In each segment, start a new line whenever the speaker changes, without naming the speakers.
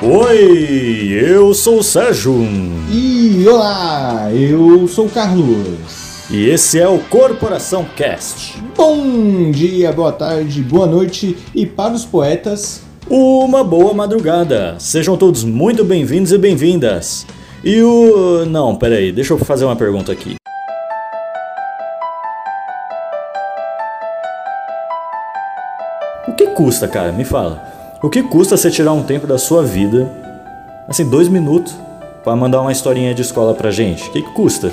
Oi, eu sou o Sérgio.
E olá, eu sou o Carlos.
E esse é o Corporação Cast.
Bom dia, boa tarde, boa noite e para os poetas,
Uma boa madrugada. Sejam todos muito bem-vindos e bem-vindas. E o. Não, peraí, deixa eu fazer uma pergunta aqui. O que custa, cara? Me fala. O que custa você tirar um tempo da sua vida, assim, dois minutos, pra mandar uma historinha de escola pra gente? O que, que custa?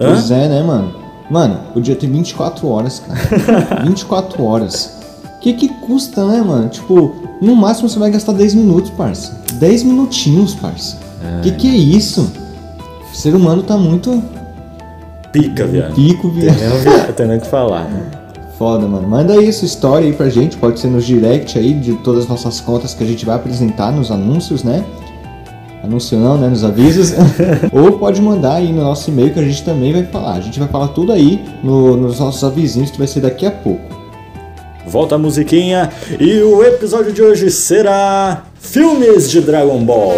Hã?
pois é, né, mano? Mano, o dia tem 24 horas, cara. 24 horas. Que que custa, né, mano? Tipo, no máximo você vai gastar 10 minutos, parça. 10 minutinhos, parça. Que que é isso? O ser humano tá muito
Pica, viado.
pico, viado.
Não, viado, tem nem o que falar.
Foda, mano. Manda aí sua história aí pra gente. Pode ser nos direct aí de todas as nossas contas que a gente vai apresentar nos anúncios, né? Anúncio não, né? Nos avisos. Ou pode mandar aí no nosso e-mail que a gente também vai falar. A gente vai falar tudo aí no- nos nossos avisinhos que vai ser daqui a pouco.
Volta a musiquinha e o episódio de hoje será filmes de Dragon Ball.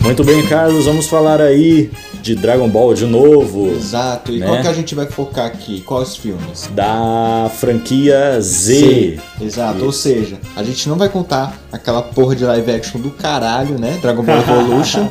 Muito bem, Carlos, vamos falar aí de Dragon Ball de novo,
Exato. E
Né?
qual que a gente vai focar aqui? Quais filmes?
da franquia Z.
Exato, ou seja, a gente não vai contar aquela porra de live action do caralho, né? Dragon Ball Evolution.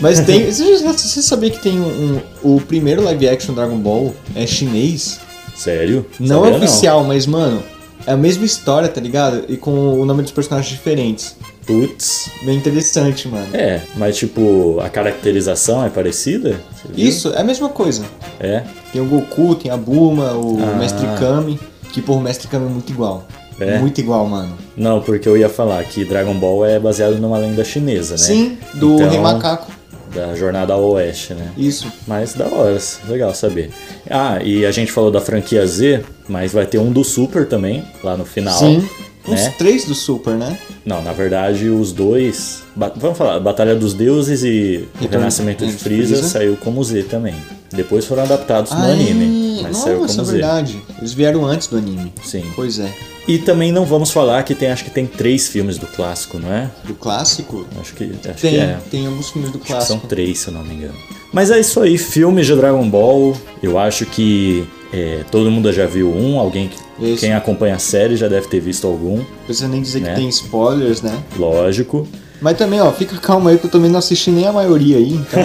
Mas tem. Você, já- você sabia que tem um, um- O primeiro live action Dragon Ball é chinês?
Sério?
Não
Sabia
é oficial, mas, mano, é a mesma história, tá ligado? E com o nome dos personagens diferentes.
Putz.
Bem interessante, mano.
É, mas tipo, a caracterização é parecida? Você viu?
Isso, é a mesma coisa.
É.
Tem o Goku, tem a Bulma, o
Ah.
Mestre Kami. Que, porra, o Mestre Kami é muito igual.
É?
Muito igual, mano.
Não, porque eu ia falar que Dragon Ball é baseado numa lenda chinesa, né?
Sim, do
Então-
Rei Macaco.
Da Jornada ao Oeste, né?
Isso.
Mas da hora, legal saber. Ah, e a gente falou da franquia Z, mas vai ter um do Super também, lá no final.
Sim.
né?
Uns três do Super, né?
Não, na verdade, os dois. ba- Vamos falar, Batalha dos Deuses e o
Retorno-
Renascimento de
de
Freeza
Frieza.
saiu como Z também. Depois foram adaptados no
é.
anime, mas saiu como
Nossa, é
Z.
verdade. Eles vieram antes do anime.
Sim.
Pois é.
E também não vamos falar que tem, acho que tem três filmes do clássico, não é?
Do clássico?
Acho que, acho que
Tem,
é.
tem alguns filmes do
Acho que são
clássico.
três, se eu não me engano. Mas é isso aí, filmes de Dragon Ball. Eu acho que é, todo mundo já viu um, alguém que-
Isso.
quem acompanha a série já deve ter visto algum,
Não precisa nem dizer
né?
que tem spoilers, né?
lógico.
Mas também, ó, fica calma aí que eu também não assisti nem a maioria aí, então.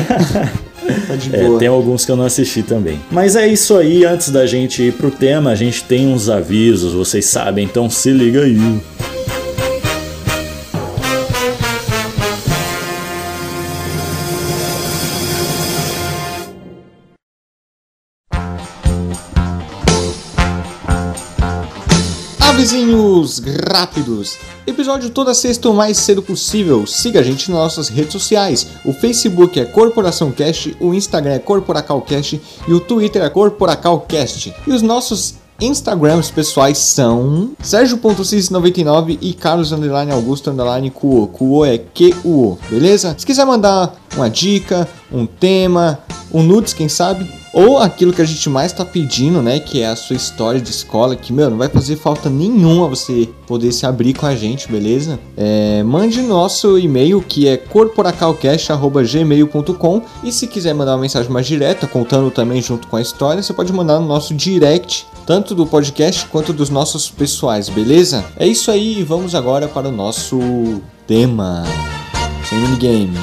tá de
É,
boa.
tem alguns que eu não assisti também. Mas é isso aí, antes da gente ir pro tema, a gente tem uns avisos, vocês sabem, então se liga aí.
Avisinhos rápidos! Episódio toda sexta o mais cedo possível. Siga a gente nas nossas redes sociais. O Facebook é Corporação Cast, o Instagram é CorporacalCast e o Twitter é CorporacalCast. E os nossos Instagrams pessoais são Sérgio.cis99 e Carlos Underline Augusto Underline Cuo. Cuo é QUO, beleza? Se quiser mandar uma dica, um tema, um nudes, quem sabe, ou aquilo que a gente mais tá pedindo, né? Que é a sua história de escola, que, meu, não vai fazer falta nenhuma você poder se abrir com a gente, beleza? É, mande nosso e-mail que é corporacalcast.gmail.com e se quiser mandar uma mensagem mais direta, contando também junto com a história, você pode mandar no nosso direct, tanto do podcast quanto dos nossos pessoais, beleza? É isso aí, vamos agora para o nosso tema. Sem minigame.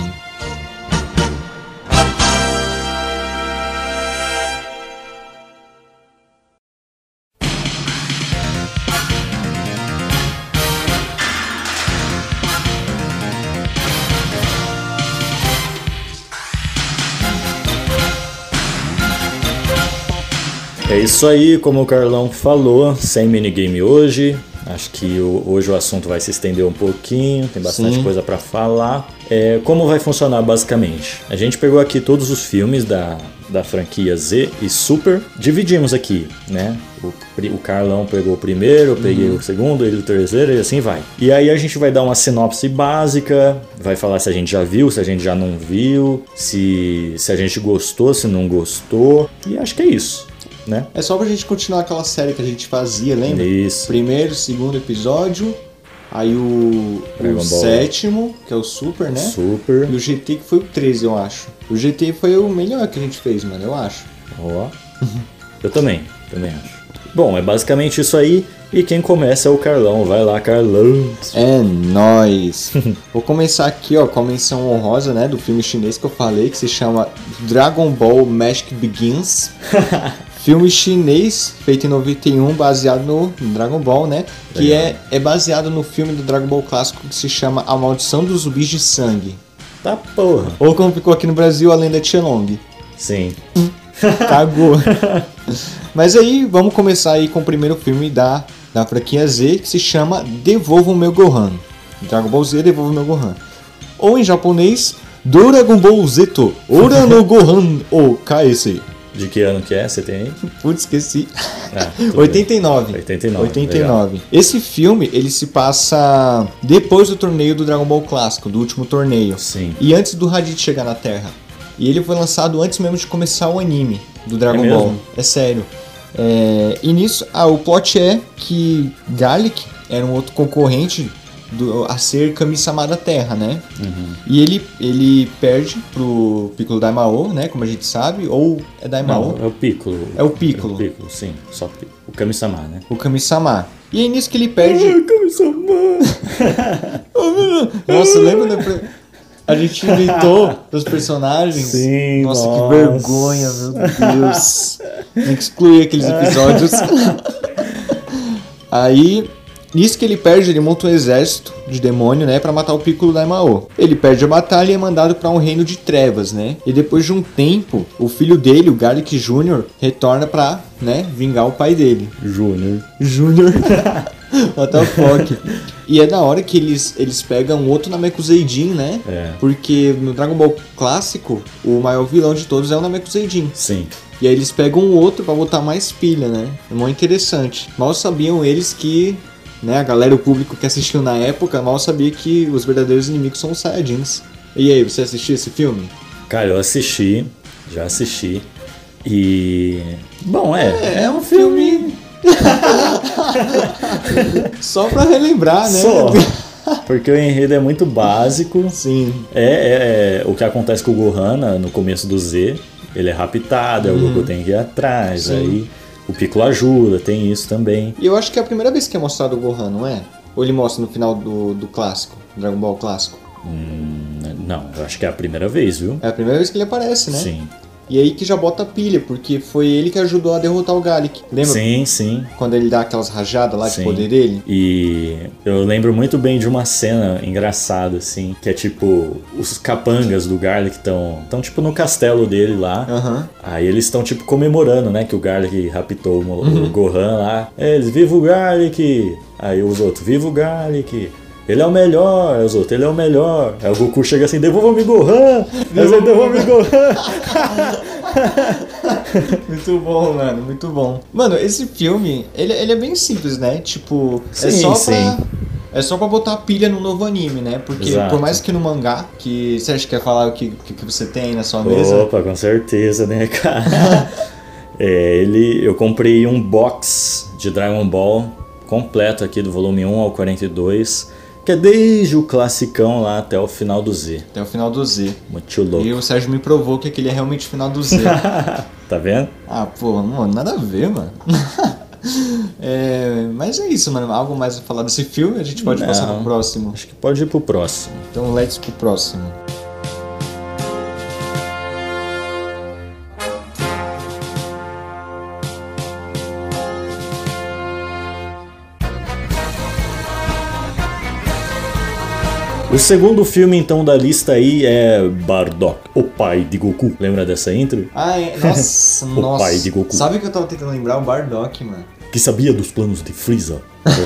É isso aí, como o Carlão falou, sem minigame hoje. Acho que o- hoje o assunto vai se estender um pouquinho, tem bastante
Sim.
coisa pra falar. É, como vai funcionar basicamente? A gente pegou aqui todos os filmes da, da franquia Z e Super, dividimos aqui, né? O, pri- o Carlão pegou o primeiro, eu peguei o segundo, ele o terceiro e assim vai. E aí a gente vai dar uma sinopse básica, vai falar se a gente já viu, se a gente já não viu, se, se a gente gostou, se não gostou. E acho que é isso, né?
É só pra gente continuar aquela série que a gente fazia, lembra?
Isso.
Primeiro, segundo episódio, aí o,
Dragon
o
Ball.
sétimo, que é o Super, né?
Super.
E o GT que foi o 13, eu acho. O GT foi o melhor que a gente fez, mano, eu acho.
Ó. Eu também, também acho. Bom, é basicamente isso aí. E quem começa é o Carlão. Vai lá, Carlão.
É nóis! Vou começar aqui ó, com a menção honrosa né, do filme chinês que eu falei, que se chama Dragon Ball Magic Begins. filme chinês feito em 91, baseado no Dragon Ball, né? Que é, é baseado no filme do Dragon Ball clássico que se chama A Maldição dos Zumbis de Sangue.
Tá porra.
Ou como ficou aqui no Brasil, a lenda Tianong.
Sim.
Cagou. Mas aí, vamos começar aí com o primeiro filme da, da franquia Z, que se chama Devolva o Meu Gohan. Dragon Ball Z, Devolva o Meu Gohan. Ou em japonês, Dragon Ball Zeto, Ora no Gohan o KS.
De que ano que é? Você tem aí?
Putz, esqueci.
Ah, tudo
89.
bem. 89.
89. Esse filme, ele se passa depois do torneio do Dragon Ball Clássico, do último torneio.
Sim.
E antes do Raditz chegar na Terra. E ele foi lançado antes mesmo de começar o anime do Dragon
É
Ball.
mesmo?
É sério. É, e nisso, ah, o plot é que Garlic era um outro concorrente do, a ser Kami-sama da Terra, né?
Uhum.
E ele, ele perde pro Piccolo Daimao, né? Como a gente sabe. Ou é Daimao.
Não, é o Piccolo.
É o Piccolo.
É o Piccolo, sim. Só Pi- o Kami-sama, né?
O Kami-sama. E aí nisso que ele perde...
Kami-sama!
Nossa, lembra da. pre- A gente inventou os personagens?
Sim,
Nossa,
nossa.
que vergonha, meu Deus. Tem que excluir aqueles episódios. Aí, nisso que ele perde, ele monta um exército de demônio, né, Pra matar o Piccolo Daimao. Ele perde a batalha e é mandado pra um reino de trevas, né? E depois de um tempo, o filho dele, o Garlic Jr., retorna pra, né, vingar o pai dele.
Júnior.
Júnior. What the fuck? E é da hora que eles, eles pegam outro Namekuseidin, né?
É.
Porque no Dragon Ball clássico, o maior vilão de todos é o Namekuseidin.
Sim.
E aí eles pegam o outro pra botar mais pilha, né? É muito interessante. Mal sabiam eles que, né, a galera, o público que assistiu na época, mal sabia que os verdadeiros inimigos são os Saiyajins. E aí, você assistiu esse filme?
Cara, eu assisti. Já assisti. E... Bom, é.
um filme. Só pra relembrar, né?
Só. Porque o enredo é muito básico.
Sim.
É, é, é o que acontece com o Gohan na- no começo do Z. Ele é raptado, é o Goku tem que ir atrás.
Uhum. Sim.
Aí o Piccolo ajuda, tem isso também.
E eu acho que é a primeira vez que é mostrado o Gohan, não é? Ou ele mostra no final do, do clássico, Dragon Ball clássico.
N- Não, eu acho que é a primeira vez, viu?
É a primeira vez que ele aparece, né?
Sim.
E aí que já bota a pilha, porque foi ele que ajudou a derrotar o Galic. Lembra
Sim, sim.
quando ele dá aquelas rajadas lá de
Sim.
poder dele?
E eu lembro muito bem de uma cena engraçada, assim, que é tipo, os capangas do Garlic estão tão, tipo no castelo dele lá.
Aham.
Aí eles estão tipo comemorando, né? Que o Garlic raptou o, mo-
Uhum.
o Gohan lá. Eles, viva o Garlic! Aí os outros, viva o Garlic! Ele é o melhor, Aí os outros, ele é o melhor. Aí o Goku chega assim, devolva-me Gohan! Devolva-me Gohan!
Muito bom, mano, muito bom. Mano, esse filme, ele, ele é bem simples, né? Tipo, é
Sim,
só
sim.
pra. É só pra botar a pilha no novo anime, né? Porque
Exato.
por mais que no mangá, que você acha que quer falar o que, que, que você tem na sua mesa?
Opa, com certeza, né, cara? é, ele, eu comprei um box de Dragon Ball completo aqui do volume 1 ao 42, que é desde o classicão lá até o final do Z.
Até o final do Z.
Muito louco.
E o Sérgio me provou que aquele é realmente o final do Z.
Tá vendo?
ah, pô, mano, nada a ver, mano. É, mas é isso, mano. Algo mais a falar desse filme? A gente pode
Não.
passar pro próximo.
Acho que pode ir pro próximo.
Então, let's pro próximo.
O segundo filme, então, da lista aí é Bardock, o pai de Goku. Lembra dessa intro?
Ah, é, nossa,
O
nossa.
pai de Goku.
Sabe que eu tava tentando lembrar o Bardock, mano?
Que sabia dos planos de Freeza,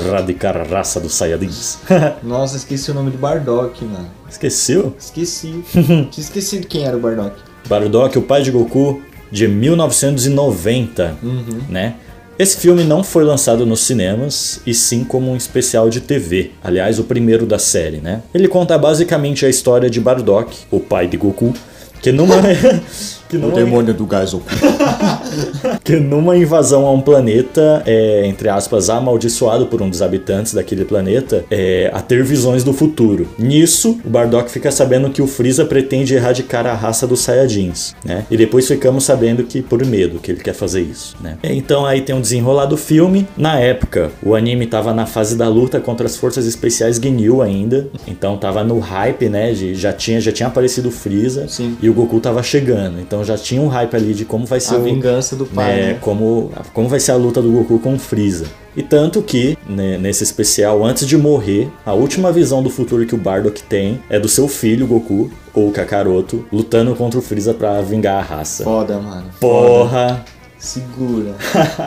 erradicar a raça dos Saiyajins.
Nossa, esqueci o nome do Bardock, mano.
Esqueceu?
Esqueci. Tinha esquecido quem era o Bardock.
Bardock, o pai de Goku, de 1990,
Uhum.
né? Esse filme não foi lançado nos cinemas, e sim como um especial de TV, aliás, o primeiro da série, né? Ele conta basicamente a história de Bardock, o pai de Goku, que numa, que é
O
numa
demônio do gás oculto.
que numa invasão a um planeta, é, entre aspas, amaldiçoado por um dos habitantes daquele planeta, é, a ter visões do futuro. Nisso, o Bardock fica sabendo que o Freeza pretende erradicar a raça dos Saiyajins, né? E depois ficamos sabendo que por medo que ele quer fazer isso, né? É, Então aí tem um desenrolar do filme. Na época, o anime tava na fase da luta contra as forças especiais Ginyu ainda, então tava no hype, né? de- já tinha já tinha aparecido o Freeza
Sim.
e o Goku tava chegando, então já tinha um hype ali de como vai ser
A
o
vingança do pai,
né,
né?
como, como vai ser a luta do Goku com o Freeza. E tanto que, né, nesse especial, antes de morrer, a última visão do futuro que o Bardock tem é do seu filho, Goku, ou Kakaroto, lutando contra o Freeza pra vingar a raça.
Foda, mano.
Porra!
Segura.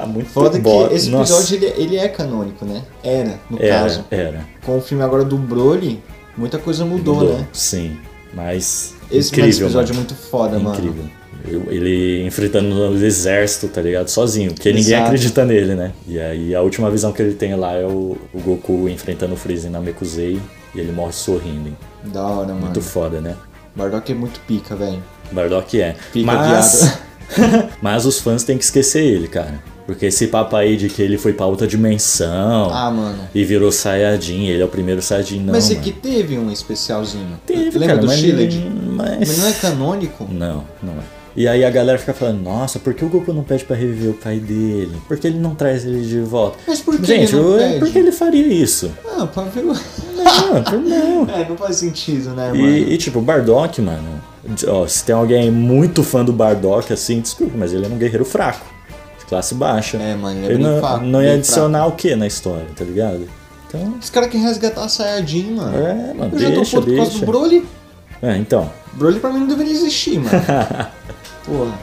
Muito
Foda
bom.
que esse
Nossa.
episódio ele, ele é canônico, né? Era, no
Era,
caso.
era.
Com o filme agora do Broly, muita coisa mudou,
Mudou,
né?
Sim. Mas.
Esse, mas esse
incrível, mano.
episódio é muito foda, mano.
Incrível. Eu- Ele enfrentando o exército, tá ligado? Sozinho, porque ninguém
Exato.
acredita nele, né? E aí a última visão que ele tem lá é o, o Goku enfrentando o Freeza em Namekusei e ele morre sorrindo. hein?
Da hora, mano.
Muito foda, né?
Bardock é muito pica, velho.
Bardock é.
Fica
mas... mas os fãs têm que esquecer ele, cara. Porque esse papo aí de que ele foi pra outra dimensão
Ah, mano.
e virou Saiyajin, ele é o primeiro Saiyajin, não.
mas esse
mano.
aqui teve um especialzinho.
Teve,
Lembra
cara,
do
mas,
Shielded?
mas-
Mas não é canônico?
Não, não é. E aí a galera fica falando, nossa, por que o Goku não pede pra reviver o pai dele? Por que ele não traz ele de volta?
Mas por que
Gente,
ele não
eu-
pede?
por que ele faria isso?
Ah, pra ver o-
Não, por- não.
É, não faz sentido, né, mano?
E, e, tipo, o Bardock, mano, ó, se tem alguém muito fã do Bardock, assim, desculpa, mas ele é um guerreiro fraco, de classe baixa.
É, mano, ele é
ele
bem
não,
fraco,
não ia
bem
adicionar o que na história, tá ligado? Então,
Os caras querem resgatar a Saiyajin, mano.
É, mano,
Eu já
deixa,
tô puto por causa
deixa.
do Broly.
é, então,
Broly pra mim não deveria existir, mano. Porra.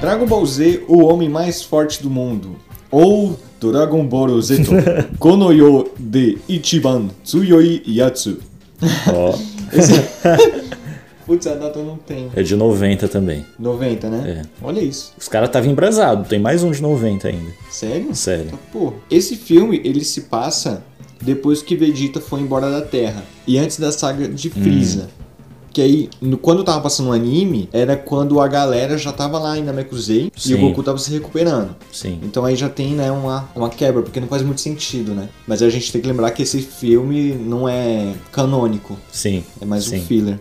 Dragon Ball Z, o homem mais forte do mundo. Ou Dragon Ball Z, Konoyo de Ichiban Tsuyoi Yatsu.
ó,
Putz, a data eu não tenho.
é de 90 também.
90, né?
É.
Olha isso.
Os caras estavam embrasados, tem mais um de 90 ainda.
Sério? Então,
Sério.
Pô, esse filme ele se passa depois que Vegeta foi embora da Terra e antes da saga
Hum.
de Frieza. Que aí, no- quando tava passando o anime, era quando a galera já tava lá em Namekusei e o
Sim.
Goku tava se recuperando.
Sim.
Então aí já tem, né, uma, uma quebra, porque não faz muito sentido, né? Mas a gente tem que lembrar que esse filme não é canônico.
Sim.
É mais
sim.
um filler.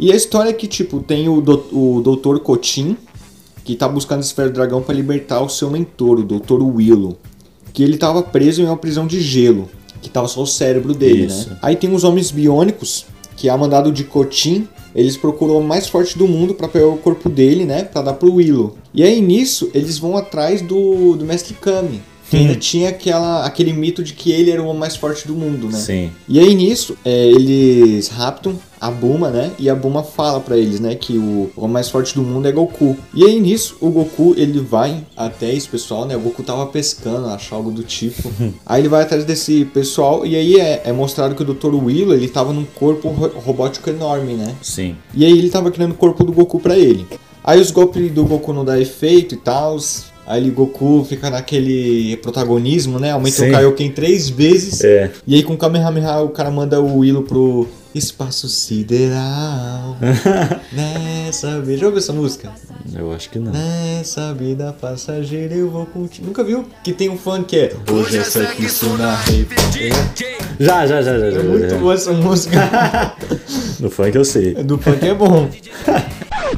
E a história é que, tipo, tem o, do, o Dr. Cotin, que tá buscando a Esfera do Dragão pra libertar o seu mentor, o Dr. Willow. Que ele tava preso em uma prisão de gelo, que tava só o cérebro dele,
Isso.
né? Aí tem os homens biônicos, que a mandado de Cotin, eles procuram o mais forte do mundo pra pegar o corpo dele, né? Pra dar pro Willow. E aí nisso, eles vão atrás do, do Mestre Kami. Que ainda tinha aquela, aquele mito de que ele era o homem mais forte do mundo, né?
Sim.
E aí nisso, é, eles raptam a Buma, né? E a Buma fala pra eles, né, que o homem mais forte do mundo é Goku. E aí nisso, o Goku, ele vai até esse pessoal, né? O Goku tava pescando, acho algo do tipo. aí ele vai atrás desse pessoal e aí é, é mostrado que o Dr. Willow, ele tava num corpo ro- robótico enorme, né?
Sim.
E aí ele tava criando o corpo do Goku pra ele. Aí os golpes do Goku não dá efeito e tal. Aí ele, Goku fica naquele protagonismo, né? Aumenta
Sim.
o Kaioken três vezes.
É.
E aí com o Kamehameha o cara manda o Willow pro espaço sideral. Nessa vida. Já ouviu essa música?
Eu acho que não.
Né? Nessa vida passageira eu vou contigo. Nunca viu? Que tem um fã que é. Hoje é sexo na rave.
Já, já, já, já. já,
É
já,
muito
já.
boa essa música.
No funk eu sei.
Do funk é bom.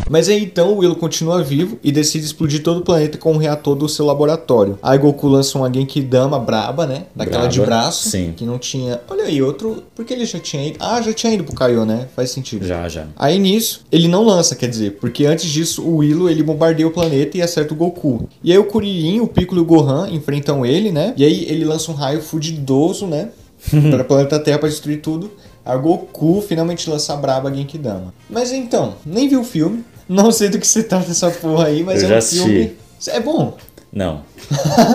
Mas aí então o Willow continua vivo e decide explodir todo o planeta com um reator do seu laboratório. Aí Goku lança uma Genkidama braba, né? Daquela de
Braba,
braço.
sim.
Que não tinha. Olha aí, outro. Porque ele já tinha ido. Ah, já tinha ido pro Kaiô, né? Faz sentido.
Já, já.
Aí nisso, ele não lança, quer dizer, porque antes disso o Willow ele bombardeia o planeta e acerta o Goku. E aí o Kuririn, o Piccolo e o Gohan enfrentam ele, né? E aí ele lança um raio fudidoso, né? para o planeta Terra pra destruir tudo. A Goku finalmente lança a braba Genkidama. Mas então, nem vi o filme, não sei do que se trata essa porra aí, mas
Eu
é
já
um filme.
assisti.
É bom.
Não.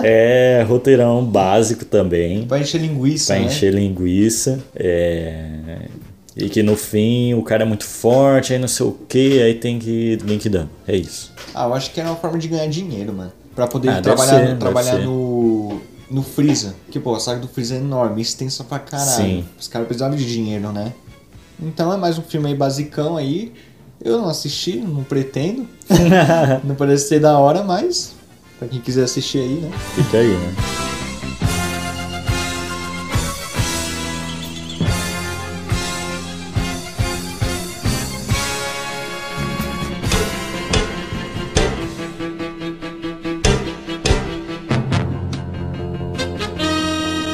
é roteirão básico também.
Pra encher linguiça,
Pra
né?
encher linguiça. é, E que no fim o cara é muito forte, aí não sei o que, aí tem que link dump. É isso.
Ah, eu acho que era uma forma de ganhar dinheiro, mano. Pra poder
Ah, deve
trabalhar,
ser, deve
trabalhar
ser.
no. no Freeza. Que, pô, a saga do Freeza é enorme, extensa pra caralho.
Sim.
Os caras precisavam de dinheiro, né? Então é mais um filme aí basicão aí. Eu não assisti, não pretendo. não parece ser da hora, mas. Pra quem quiser assistir aí, né?
Fica aí, né?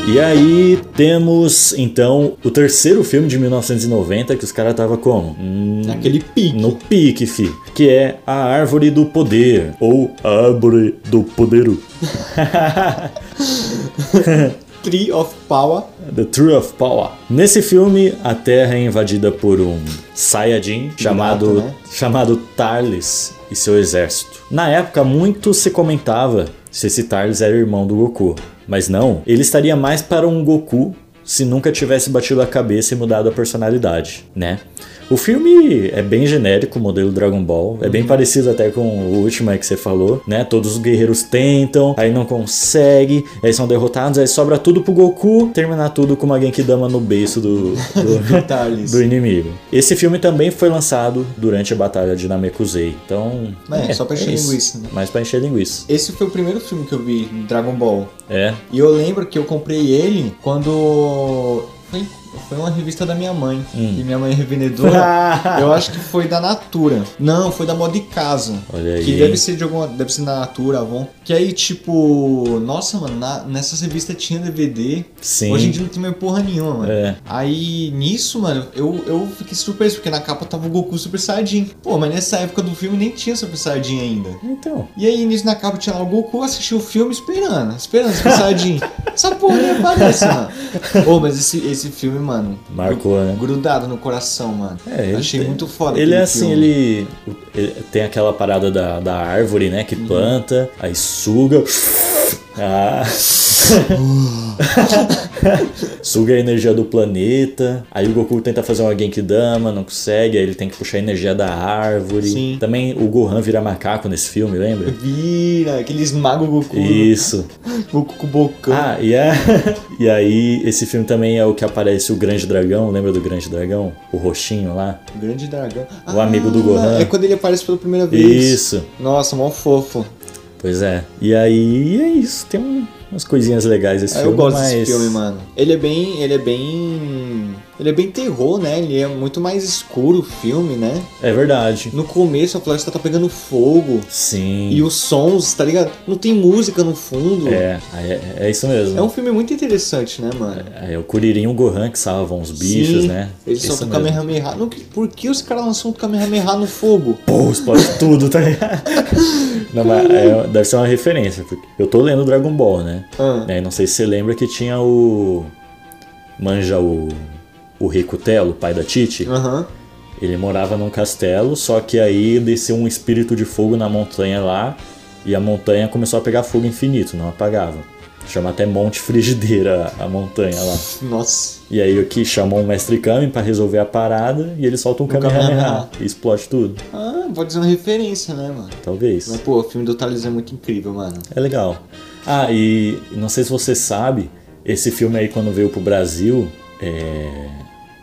E aí temos então o terceiro filme de 1990 que os caras tava como? Hum,
Naquele pique.
no pique, fi, que é a árvore do poder ou a árvore do poderu.
Tree of Power.
The Tree of Power. Nesse filme, a Terra é invadida por um Saiyajin chamado,
né?
chamado Tarlis e seu exército. Na época, muito se comentava se esse Tarlis era irmão do Goku. Mas não, ele estaria mais para um Goku se nunca tivesse batido a cabeça e mudado a personalidade, né? O filme é bem genérico, o modelo Dragon Ball. É bem parecido até com o último aí que você falou, né? Todos os guerreiros tentam, aí não consegue, aí são derrotados, aí sobra tudo pro Goku terminar tudo com uma Genkidama no beiço do, do,
Tarlis.
do inimigo. Esse filme também foi lançado durante a Batalha de Namekusei. Então.
É, só pra encher
isso.
linguiça, né?
Mas pra encher linguiça.
Esse foi o primeiro filme que eu vi em Dragon Ball.
É.
E eu lembro que eu comprei ele quando. Foi, foi uma revista da minha mãe.
Hum.
E minha mãe é revendedora. eu acho que foi da Natura. Não, foi da Moda de Casa.
Olha aí,
Que deve
hein?
ser de alguma. Deve ser da Natura, Avon. Que aí, tipo. Nossa, mano, na- nessas revistas tinha DVD.
Sim.
Hoje em dia né? não tem mais porra nenhuma, mano.
É.
Aí, nisso, mano, eu, eu fiquei surpreso, porque na capa tava o Goku Super Saiyajin. Pô, mas nessa época do filme nem tinha Super Saiyajin ainda.
Então.
E aí, nisso na capa tinha lá o Goku, assistiu o filme esperando, esperando, cansadinho. Essa porra nem aparece, mano. Ô, mas esse, esse filme, mano.
Marcou, né?
Grudado no coração, mano.
É, ele
Achei
tem-
muito foda.
Ele
aquele
é assim,
filme.
ele, ele tem aquela parada da, da árvore, né?
Uhum.
Que planta, aí suga. Ah. suga a energia do planeta. Aí o Goku tenta fazer uma Genkidama, não consegue. Aí ele tem que puxar a energia da árvore.
Sim.
Também o Gohan vira macaco nesse filme, lembra?
Vira, aquele esmaga o Goku.
Isso.
Goku com o bocão.
Ah, e, é... e aí esse filme também é o que aparece o Grande Dragão. Lembra do Grande Dragão? O roxinho lá?
Grande dragão.
O amigo do Gohan.
Ah, É quando ele aparece pela primeira vez.
Isso.
Nossa, mó fofo.
Pois é. E aí é isso. Tem um- umas coisinhas legais esse
Ah,
filme.
eu gosto
mas...
desse filme, mano. Ele é bem. Ele é bem. Ele é bem terror, né? Ele é muito mais escuro o filme, né?
É verdade.
No começo a floresta tá pegando fogo.
Sim.
E os sons, tá ligado? Não tem música no fundo.
É, é, é isso mesmo.
É um filme muito interessante, né, mano?
É o Kuririn e o Gohan que salvam os bichos,
Sim,
né?
Eles
Isso
soltam o
mesmo.
Kamehameha. Não, que- por que os caras lançam o Kamehameha no fogo?
Pô, explode tudo, tá ligado? Não, mas é- deve ser uma referência, porque eu tô lendo Dragon Ball, né?
Ah,
Né, e não sei se você lembra que tinha o. Manja o. O Rico Telo, pai da Titi.
Aham.
Ele morava num castelo, só que aí desceu um espírito de fogo na montanha lá e a montanha começou a pegar fogo infinito, não apagava. Chama até Monte Frigideira a montanha lá.
Nossa.
E aí o que chamou um mestre Kami pra resolver a parada e ele solta um
Kamehameha.
Kamehameha e explode tudo,
Ah, pode ser uma referência, né, mano? Mas,
talvez.
pô, o filme do Thales é muito incrível, mano.
É legal. Ah, e não sei se você sabe, esse filme aí quando veio pro Brasil, é,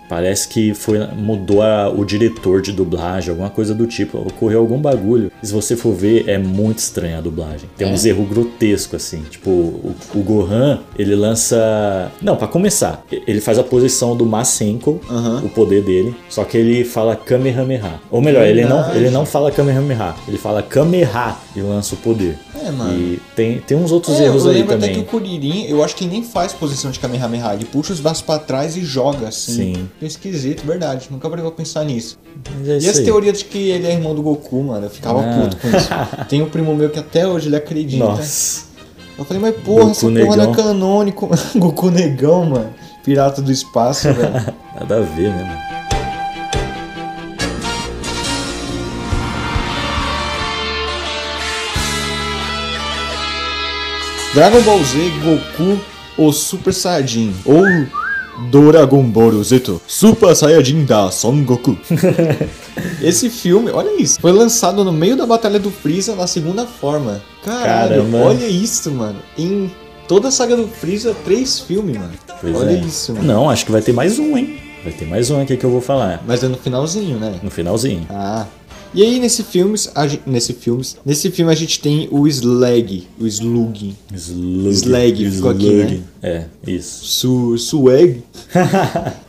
parece que foi mudou a- o diretor de dublagem, alguma coisa do tipo. Ocorreu algum bagulho. Se você for ver, é muito estranha a dublagem. Tem uns erros grotescos, assim. Tipo, o, o Gohan, ele lança... Não, pra começar, e- ele faz a posição do Masenko,
Aham.
o poder dele, só que ele fala Kamehameha. Ou melhor, ele não,
Verdade.
ele não fala Kamehameha, ele fala Kameha e lança o poder.
É, mano.
E tem, tem uns outros
É,
erros
eu
aí
lembro
também.
até que o Kuririn, eu acho que ele nem faz posição de Kamehameha. Ele puxa os braços pra trás e joga, assim.
Sim.
É Esquisito, verdade. Nunca parei pra pensar nisso.
Mas é
E
isso
essa
aí.
teoria de que ele é irmão do Goku, mano, eu ficava
Ah.
puto com isso. Tem um primo meu que até hoje ele acredita.
Nossa.
Eu falei, mas porra,
Goku
essa porra não
negão.
é canônico. Goku negão, mano. Pirata do espaço, velho.
Nada a ver, né, mano?
Dragon Ball Z, Goku ou Super Saiyajin? Ou Dragon Ball Z, Super Saiyajin da Son Goku. Esse filme, olha isso, foi lançado no meio da Batalha do Freeza na segunda forma. Caralho,
Caramba.
olha isso, mano. Em toda a saga do Freeza, três filmes, mano.
Pois
olha
é.
isso, mano.
Não, acho que vai ter mais um, hein? Vai ter mais um aqui que eu vou falar.
Mas é no finalzinho, né?
No finalzinho.
Ah. E aí nesse filmes, a gen- nesse filmes, nesse filme a gente tem o Slag, o Slug,
Slug.
Slag, ficou aqui, né?
Slug. É, isso.
Su Sueg.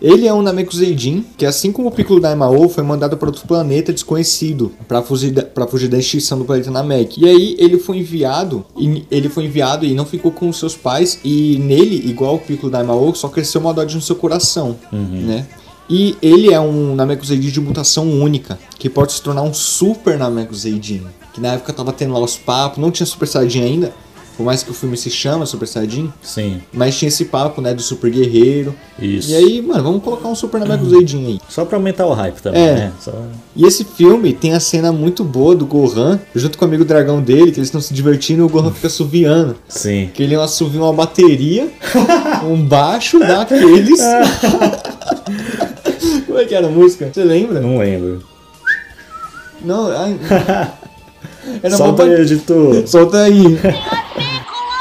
Ele é um Namekuseidin que, assim como o Piccolo Daimao, foi mandado para outro planeta desconhecido para fugir, da- pra fugir da extinção do planeta Namek. E aí ele foi enviado, e ele foi enviado e não ficou com os seus pais. E nele, igual o Piccolo Daimao, só cresceu maldade no seu coração, né? E ele é um Namekuseidin de mutação única, que pode se tornar um super Namekuseidin. Que na época tava tendo lá os papos, não tinha Super Saiyajin ainda, por mais que o filme se chama Super Saiyajin.
Sim,
Mas tinha esse papo, né, do super guerreiro.
isso.
E aí, mano, vamos colocar um super Namekuseidin aí.
Só pra aumentar o hype também,
É.
né? Só...
E esse filme tem a cena muito boa do Gohan, junto com o amigo dragão dele, que eles estão se divertindo e o Gohan fica assoviando.
Sim.
Que ele assovia uma bateria, um baixo daqueles...
É.
Como é que era a música? Você lembra?
Não lembro.
Não, ai... Era uma
Solta
ba-
aí, editor.
Solta aí.
Piccolo!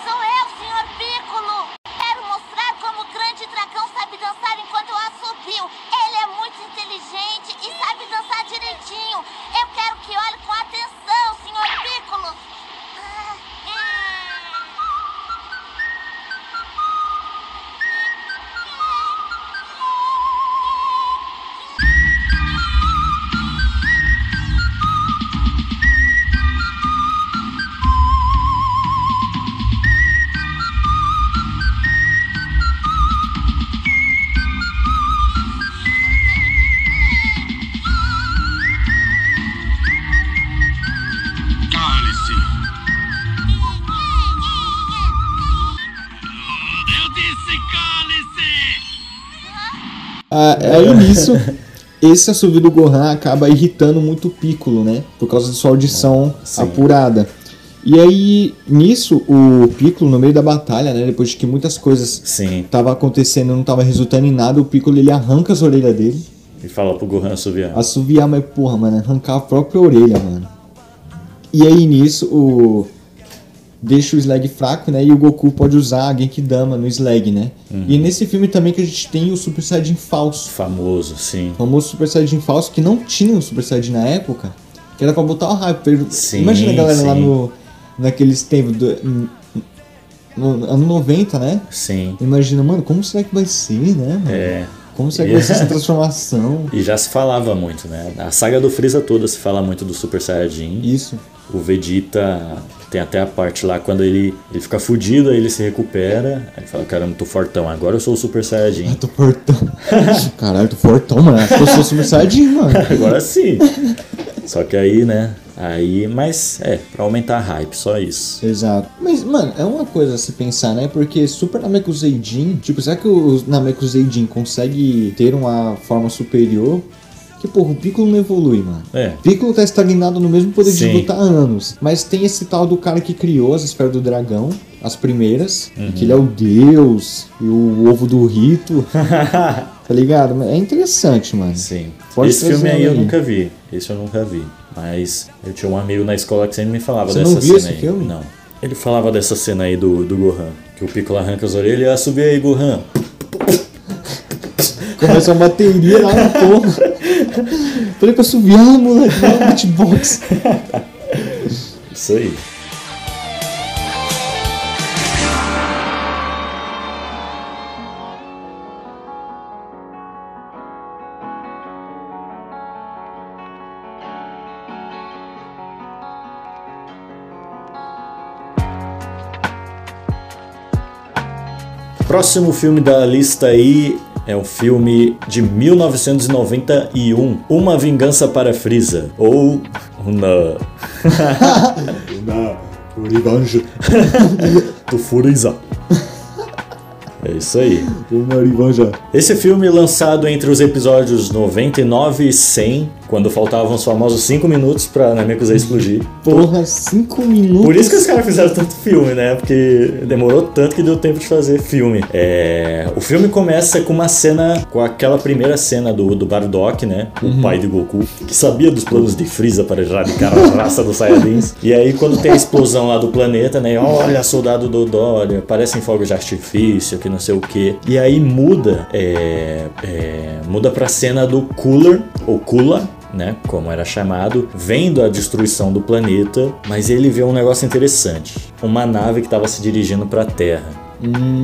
Sou eu, senhor Piccolo! Quero mostrar como o grande dragão sabe dançar enquanto eu assobio. Ele é muito inteligente e sabe dançar direitinho. Eu quero que olhe com atenção, senhor Piccolo! Ah,
Cale-se. Eu disse cale-se!
Ah, aí nisso, esse assovio do Gohan acaba irritando muito o Piccolo, né? Por causa de sua audição
Sim.
apurada. E aí, nisso, o Piccolo, no meio da batalha, né? Depois de que muitas coisas
Sim.
estavam acontecendo e não estavam resultando em nada, o Piccolo ele arranca as orelhas dele.
E fala pro Gohan subir.
Assoviar, mas porra, mano, arrancar a própria orelha, mano. E aí nisso, o. Deixa o Slag fraco, né? E o Goku pode usar a Genkidama no Slag, né? E nesse filme também que a gente tem o Super Saiyajin falso
Famoso, sim.
famoso Super Saiyajin falso que não tinha um Super Saiyajin na época, que era pra botar o hype. Ele-
Sim,
Imagina a galera lá
sim.
no. naqueles tempos do. hum, No ano 90, né?
Sim.
Imagina, mano, como será que vai ser, né? mano?
É.
Como será que vai ser essa transformação?
E já se falava muito, né? A saga do Freeza toda se fala muito do Super Saiyajin.
Isso.
O Vegeta tem até a parte lá quando ele, ele fica fudido, aí ele se recupera. Aí ele fala, caramba, tô fortão, agora eu sou o Super Saiyajin.
Tô fortão. Caralho, tô fortão, mano. Acho que eu sou Super Saiyajin, mano.
Agora sim. Só que aí, né? Aí, mas é, pra aumentar a hype, só isso.
Exato. Mas, mano, é uma coisa a se pensar, né? Porque Super Namekuseidin, tipo, será que o Namekuseidin consegue ter uma forma superior? Que, porra, o Piccolo não evolui, mano.
É,
Piccolo tá estagnado no mesmo poder
Sim.
de luta há anos. Mas tem esse tal do cara que criou as esferas do dragão, as primeiras,
Uhum.
que ele é o deus e o ovo do rito. tá ligado? É interessante, mano.
Sim.
Pode
Esse
trazer
filme aí eu
aí.
nunca vi. Esse eu nunca vi. Mas eu tinha um amigo na escola que sempre me falava
Você
dessa
não viu
cena
esse
aí.
filme?
Não. Ele falava dessa cena aí do, do Gohan. Que o Piccolo arranca as orelhas e ah, subir aí, Gohan.
Começa uma bateria lá na porra. Falei pra subir, ah, moleque, vai no beatbox.
Isso aí. Próximo filme da lista aí é um filme de 1991, Uma Vingança para Frieza, ou Una
Ribanjo.
do Frieza. É isso aí.
Uma ribanja.
Esse filme lançado entre os episódios 99 e 100 Quando faltavam os famosos 5 minutos pra Namekusei explodir.
Porra, 5 minutos.
Por isso que os caras fizeram tanto filme, né? Porque demorou tanto que deu tempo de fazer filme. É, O filme começa com uma cena, com aquela primeira cena do, do Bardock, né? O pai de Goku, que sabia dos planos de Freeza para erradicar a raça dos Saiyajins. E aí, quando tem a explosão lá do planeta, né? Olha, soldado Dodó, olha, parecem fogos de artifício, que não sei o quê. E aí muda, é, é, muda pra cena do Cooler, ou Kula, né, como era chamado, vendo a destruição do planeta, mas ele vê um negócio interessante, uma nave que estava se dirigindo para a Terra.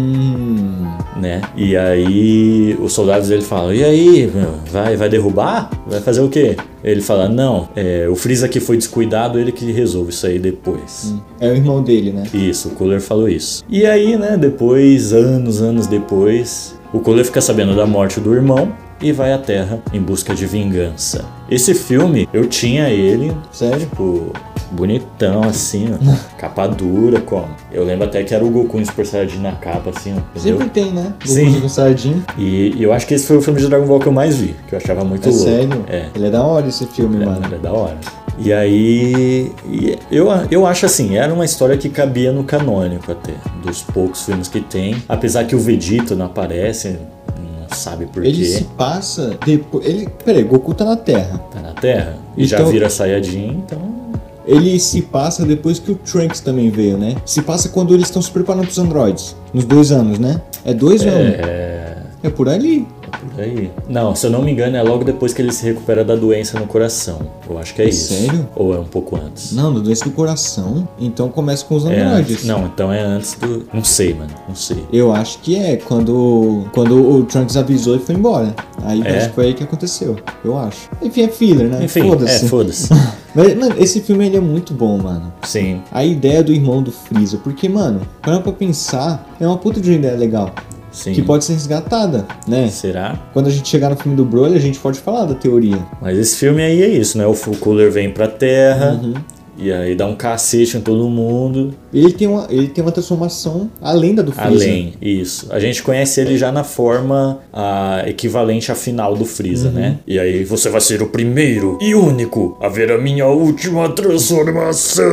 Hum.
Né? E aí os soldados dele falam: E aí, meu, vai, vai derrubar? Vai fazer o quê? Ele fala: Não, é, o Freeza que foi descuidado, ele que resolve isso aí depois.
É o irmão dele, né?
Isso, o Cooler falou isso. E aí, né, depois, anos, anos depois, o Cooler fica sabendo da morte do irmão e vai à Terra em busca de vingança. Esse filme, eu tinha ele,
Sério?
tipo, bonitão assim, ó, capa dura, como. Eu lembro até que era o Goku em Super Saiyajin na capa, assim, ó, entendeu?
Sempre tem, né? Goku
Sim.
com sardinha.
E, e eu acho que esse foi o filme de Dragon Ball que eu mais vi, que eu achava muito
É
louco.
sério?
É.
Ele é da hora esse filme,
Era,
mano.
era da hora. E aí. e eu, eu acho assim, era uma história que cabia no canônico até. Dos poucos filmes que tem. Apesar que o Vegeta não aparece, não sabe por
Ele
quê.
se passa depois. Ele... Peraí, Goku tá na Terra.
Tá na Terra. E já
Então-
vira Saiyajin, então.
Ele se passa depois que o Trunks também veio, né? Se passa quando eles estão se preparando pros androides. Nos dois anos, né? É dois anos.
É.
É por ali.
por Aí. Não, se eu não me engano, é logo depois que ele se recupera da doença no coração. Eu acho que é isso.
Sério?
Ou é um pouco antes.
Não, do doença do coração. Então começa com os
É antes.
androides.
Não, então é antes do. Não sei, mano. Não sei.
Eu acho que é, quando, quando o Trunks avisou e foi embora. Aí
É?
acho que foi aí que aconteceu, eu acho. Enfim, é filler, né?
Enfim,
foda-se.
é, foda-se.
Mas, mano, esse filme ele é muito bom, mano.
Sim.
A ideia do irmão do Freeza, porque, mano, parando pra pensar, é uma puta de uma ideia legal.
Sim.
Que pode ser resgatada, né?
Será?
Quando a gente chegar no filme do Broly, a gente pode falar da teoria.
Mas esse filme aí é isso, né? O Full Cooler vem pra Terra
Uhum.
e aí dá um cacete em todo mundo.
Ele tem uma, ele tem uma transformação além da do Freeza.
Além, isso. A gente conhece ele já na forma ah, equivalente à final do
Uhum.
Freeza, né? E aí você vai ser o primeiro e único a ver a minha última transformação.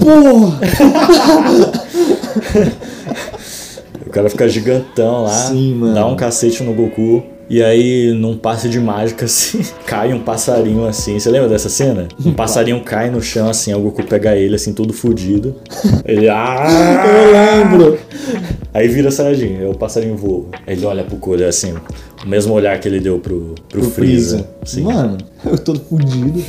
Porra!
O cara fica gigantão lá,
Sim, mano.
dá um cacete no Goku. E aí, num passe de mágica, assim, cai um passarinho assim. Você lembra dessa cena? Um passarinho cai no chão, assim, aí o Goku pega ele, assim, todo fudido. Ele.
Eu
Ah!
lembro!
Aí vira Saiyajin, aí o passarinho voa. Aí ele olha pro Cooler, assim, o mesmo olhar que ele deu pro, pro, Freeza. Sim.
Mano, eu tô fudido.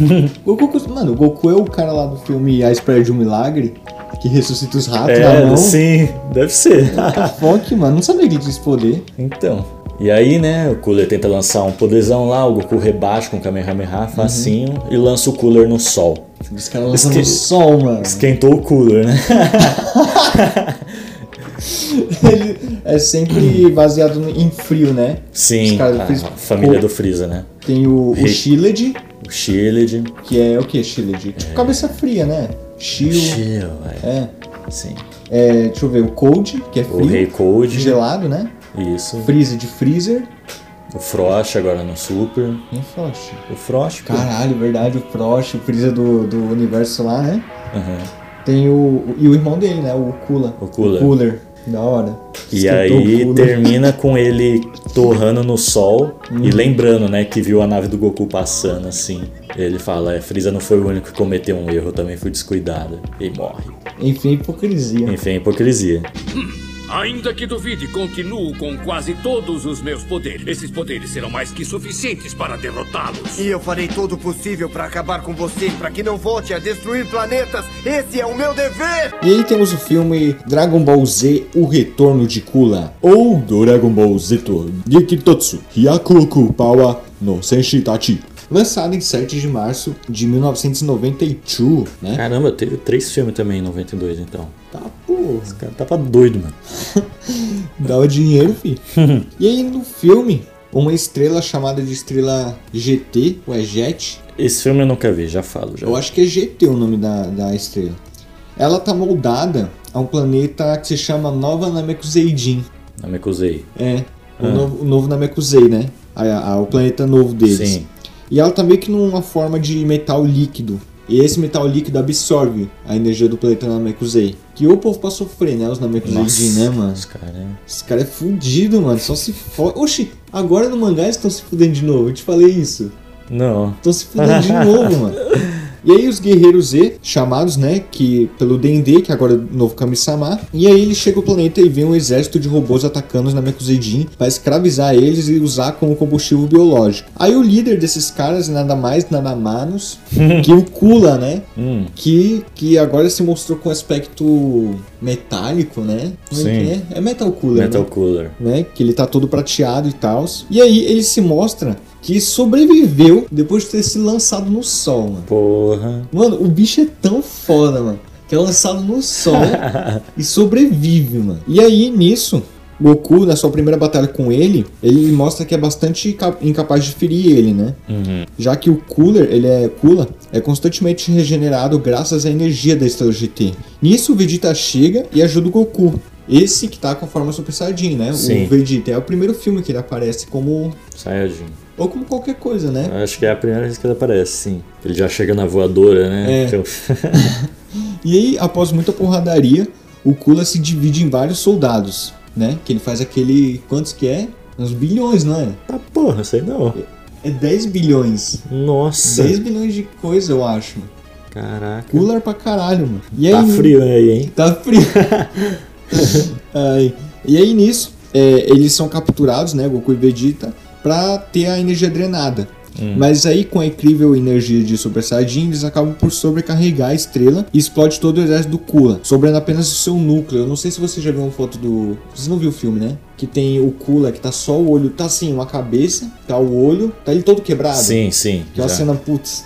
Goku, cus- mano, o Goku é o cara lá do filme A Espera de um Milagre, que ressuscita os ratos tá na
é,
mão.
sim, deve ser.
Foque, mano, não sabia que ele tinha esse poder.
Então. E aí, né, o Cooler tenta lançar um poderzão lá, o Goku rebaixa com o Kamehameha, facinho,
Uhum.
e lança o Cooler no sol.
Os caras lançam
Esque-
no sol, mano.
Esquentou o Cooler, né?
Ele é sempre baseado no- em frio, né?
Sim,
Os caras
a,
fez-
a família
o-
do Freeza, né?
Tem o, o
Rei-
Shielded,
O Shielded.
que é o que, Shielded? Tipo, cabeça fria, né? Shield,
Shield, é.
é.
Sim.
é. Deixa eu ver, o Cold, que é
O Rei
frio,
Cold.
gelado, né?
Isso.
Freeza de Freezer.
O Frost agora no Super.
Quem Frost?
O Frost, pô.
Caralho, verdade, o Frost, o Freeza do, do universo lá, né?
Aham.
Tem o. E o irmão dele, né? O Kula.
O Cooler.
Cooler. Da hora.
E
Esquentou o
aí
Cooler.
termina com ele torrando no sol e
Uhum.
lembrando, né, que viu a nave do Goku passando assim. Ele fala, é, Freeza não foi o único que cometeu um erro, eu também fui descuidado. E morre.
Enfim, hipocrisia.
Enfim, é hipocrisia.
Ainda que duvide, continuo com quase todos os meus poderes. Esses poderes serão mais que suficientes para derrotá-los.
E eu farei todo o possível para acabar com vocês, para que não volte a destruir planetas. Esse é o meu dever!
E aí temos o filme Dragon Ball Z O Retorno de Kula. Ou Dragon Ball Zeto Yekitotsu Hyakuku Pawa no Senshitachi. Lançado em 7 de março de 1992, né?
Caramba, teve três filmes também em 92, então.
Tá porra.
Esse cara tava doido, mano.
Dá o dinheiro, fi. e aí no filme, uma estrela chamada de estrela GT, ou é Jet,
Esse filme eu nunca vi, já falo. Já.
Eu acho que é GT o nome da, da estrela. Ela tá moldada a um planeta que se chama Nova Namekuseidin.
Namekusei.
É. O, novo, o novo Namekusei, né? a- a- o planeta novo deles.
Sim.
E ela tá meio que numa forma de metal líquido. E esse metal líquido absorve a energia do planeta Namekusei. Que o povo pra sofrer, né? Os Namekusei, né, mano?
Os cara, é-
Esse cara é fudido, mano. Só se fode. Oxi, agora no mangá eles estão se fudendo de novo. Eu te falei isso.
Não.
Estão se fudendo de novo, mano. E aí os guerreiros Z, chamados, né, que pelo D&D, que agora é o novo Kami-sama, e aí ele chega ao planeta e vê um exército de robôs atacando os Namekusei-jin pra escravizar eles e usar como combustível biológico. Aí o líder desses caras, nada mais, nada menos, que o Kula, né,
Hum.
que, que agora se mostrou com aspecto metálico, né? Como é que
Sim.
é? É Metal Cooler,
Metal
né?
Cooler.
né? Que ele tá todo prateado e tal. E aí ele se mostra que sobreviveu depois de ter se lançado no sol, mano.
Porra.
Mano, o bicho é tão foda, mano. Que é lançado no sol e sobrevive, mano. E aí, nisso, Goku, na sua primeira batalha com ele, ele mostra que é bastante ca- incapaz de ferir ele, né?
Uhum.
Já que o Cooler, ele é Cooler, é constantemente regenerado graças à energia da Estrela GT. Nisso o Vegeta chega e ajuda o Goku. Esse que tá com a forma Super Saiyajin, né?
Sim.
O Vegeta é o primeiro filme que ele aparece como
Saiyajin.
ou como qualquer coisa, né?
Acho que é a primeira vez que ele aparece, sim. Ele já chega na voadora, né?
É.
Então-
E aí, após muita porradaria, o Cooler se divide em vários soldados, né? Que ele faz aquele quantos que é? Uns bilhões, não é?
tá porra, sei não.
É 10 bilhões.
Nossa.
10 bilhões de coisa, eu acho. mano.
Caraca.
Cooler pra caralho, mano. E
Tá
aí,
frio aí, hein?
Tá frio. Ai. E aí nisso, é, eles são capturados, né, Goku e Vegeta, pra ter a energia drenada. Mas aí, com a incrível energia de Super Saiyajin, eles acabam por sobrecarregar a estrela e explode todo o exército do Kula, sobrando apenas o seu núcleo. Eu não sei se você já viu uma foto do. Você não viu o filme, né? Que tem o Kula, que tá só o olho, tá assim, uma cabeça, tá o olho, tá ele todo quebrado.
Sim, sim.
Que é uma
já.
cena, putz,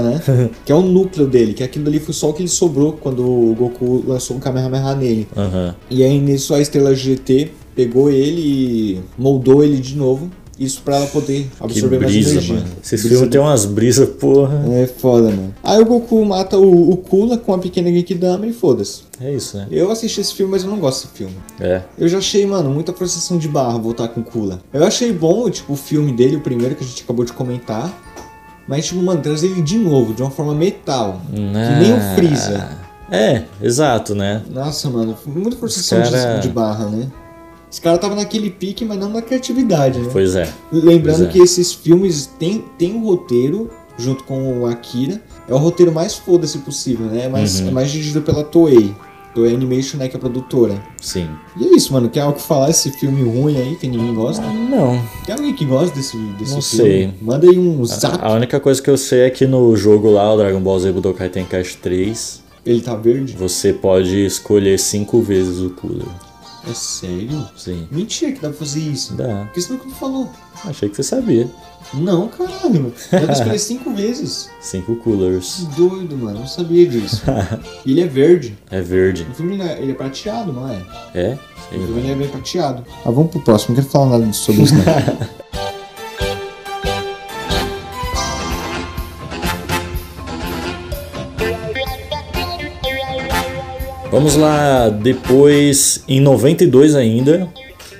né? que é o núcleo dele, que aquilo ali foi só o que ele sobrou quando o Goku lançou um Kamehameha nele.
Aham.
E aí nisso a estrela GT pegou ele e moldou ele de novo. Isso pra ela poder
Que
absorver mais
brisa,
energia.
mano. Esses filmes têm umas brisas, porra.
É foda, mano. Aí o Goku mata o, o Kula com a pequena Genkidama e foda-se.
É isso, né?
Eu assisti esse filme, mas eu não gosto desse filme.
É.
Eu já achei, mano, muita processão de barra voltar com o Kula. Eu achei bom, tipo, o filme dele, o primeiro que a gente acabou de comentar. Mas, tipo, mano, trazer ele de novo, de uma forma metal.
Né.
Que nem o Freeza.
Ah. É, exato, né?
Nossa, mano, muita processão
Esse cara-
de, de barra, né? Esse cara tava naquele pique, mas não na criatividade, né?
Pois é.
Lembrando
Pois é.
que esses filmes têm tem um roteiro, junto com o Akira. É o roteiro mais foda-se possível, né? É mais,
Uhum.
é mais dirigido pela Toei. Toei Animation, né, que é a produtora.
Sim.
E é isso, mano. Quer algo falar esse filme ruim aí que ninguém gosta?
Não.
Tem alguém que gosta desse, desse
Não
filme?
sei.
Manda aí um zap.
A única coisa que eu sei é que no jogo lá, o Dragon Ball Z Budokai Tenkaichi 3,
Ele tá verde?
você pode escolher cinco vezes o cooler.
É sério?
Sim.
Mentira que dá pra fazer isso.
Dá.
Por que você nunca me falou?
Achei que você sabia.
Não, caralho. Dá pra escolher cinco vezes.
Cinco
Que
coolers.
doido, mano. Não sabia disso. E ele é verde.
É verde.
O filme não é- ele é prateado, não é?
É?
O
Sei
filme ele é bem prateado. Ah, vamos pro próximo. Não quero falar nada sobre isso, né?
Vamos lá, depois, em 92 ainda,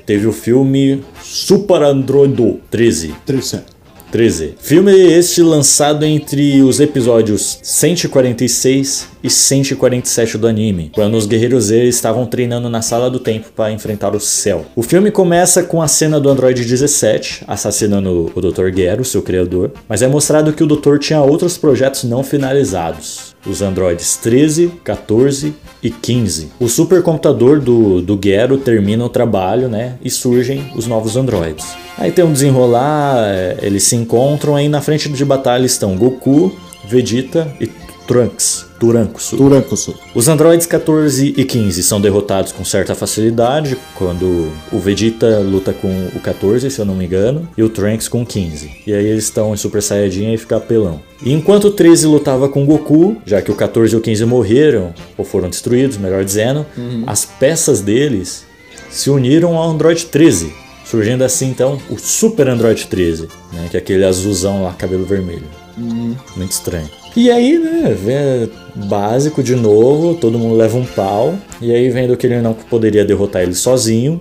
teve o filme Super Android 13.
Interessante.
13. Filme este lançado entre os episódios 146 e 147 do anime, quando os guerreiros Z estavam treinando na sala do tempo para enfrentar o céu. O filme começa com a cena do Android 17 assassinando o Dr. Gero, seu criador, mas é mostrado que o Dr. tinha outros projetos não finalizados. Os androides 13, 14 e 15. O supercomputador do, do Gero termina o trabalho, né? E surgem os novos androides. Aí tem um desenrolar, é, eles se encontram, aí na frente de batalha estão Goku, Vegeta e Trunks. Turancos.
Turancosu.
Os androides 14 e 15 são derrotados com certa facilidade quando o Vegeta luta com o 14, se eu não me engano, e o Trunks com o 15. E aí eles estão em Super Saiyajin e fica apelão. E enquanto o 13 lutava com o Goku, já que o 14 e o 15 morreram, ou foram destruídos, melhor dizendo, as peças deles se uniram ao Android 13. Surgindo assim então o Super Android 13, né? Que é aquele azulzão lá, cabelo vermelho. Muito estranho. E aí, né, vem básico de novo, todo mundo leva um pau. E aí, vendo que ele não poderia derrotar ele sozinho,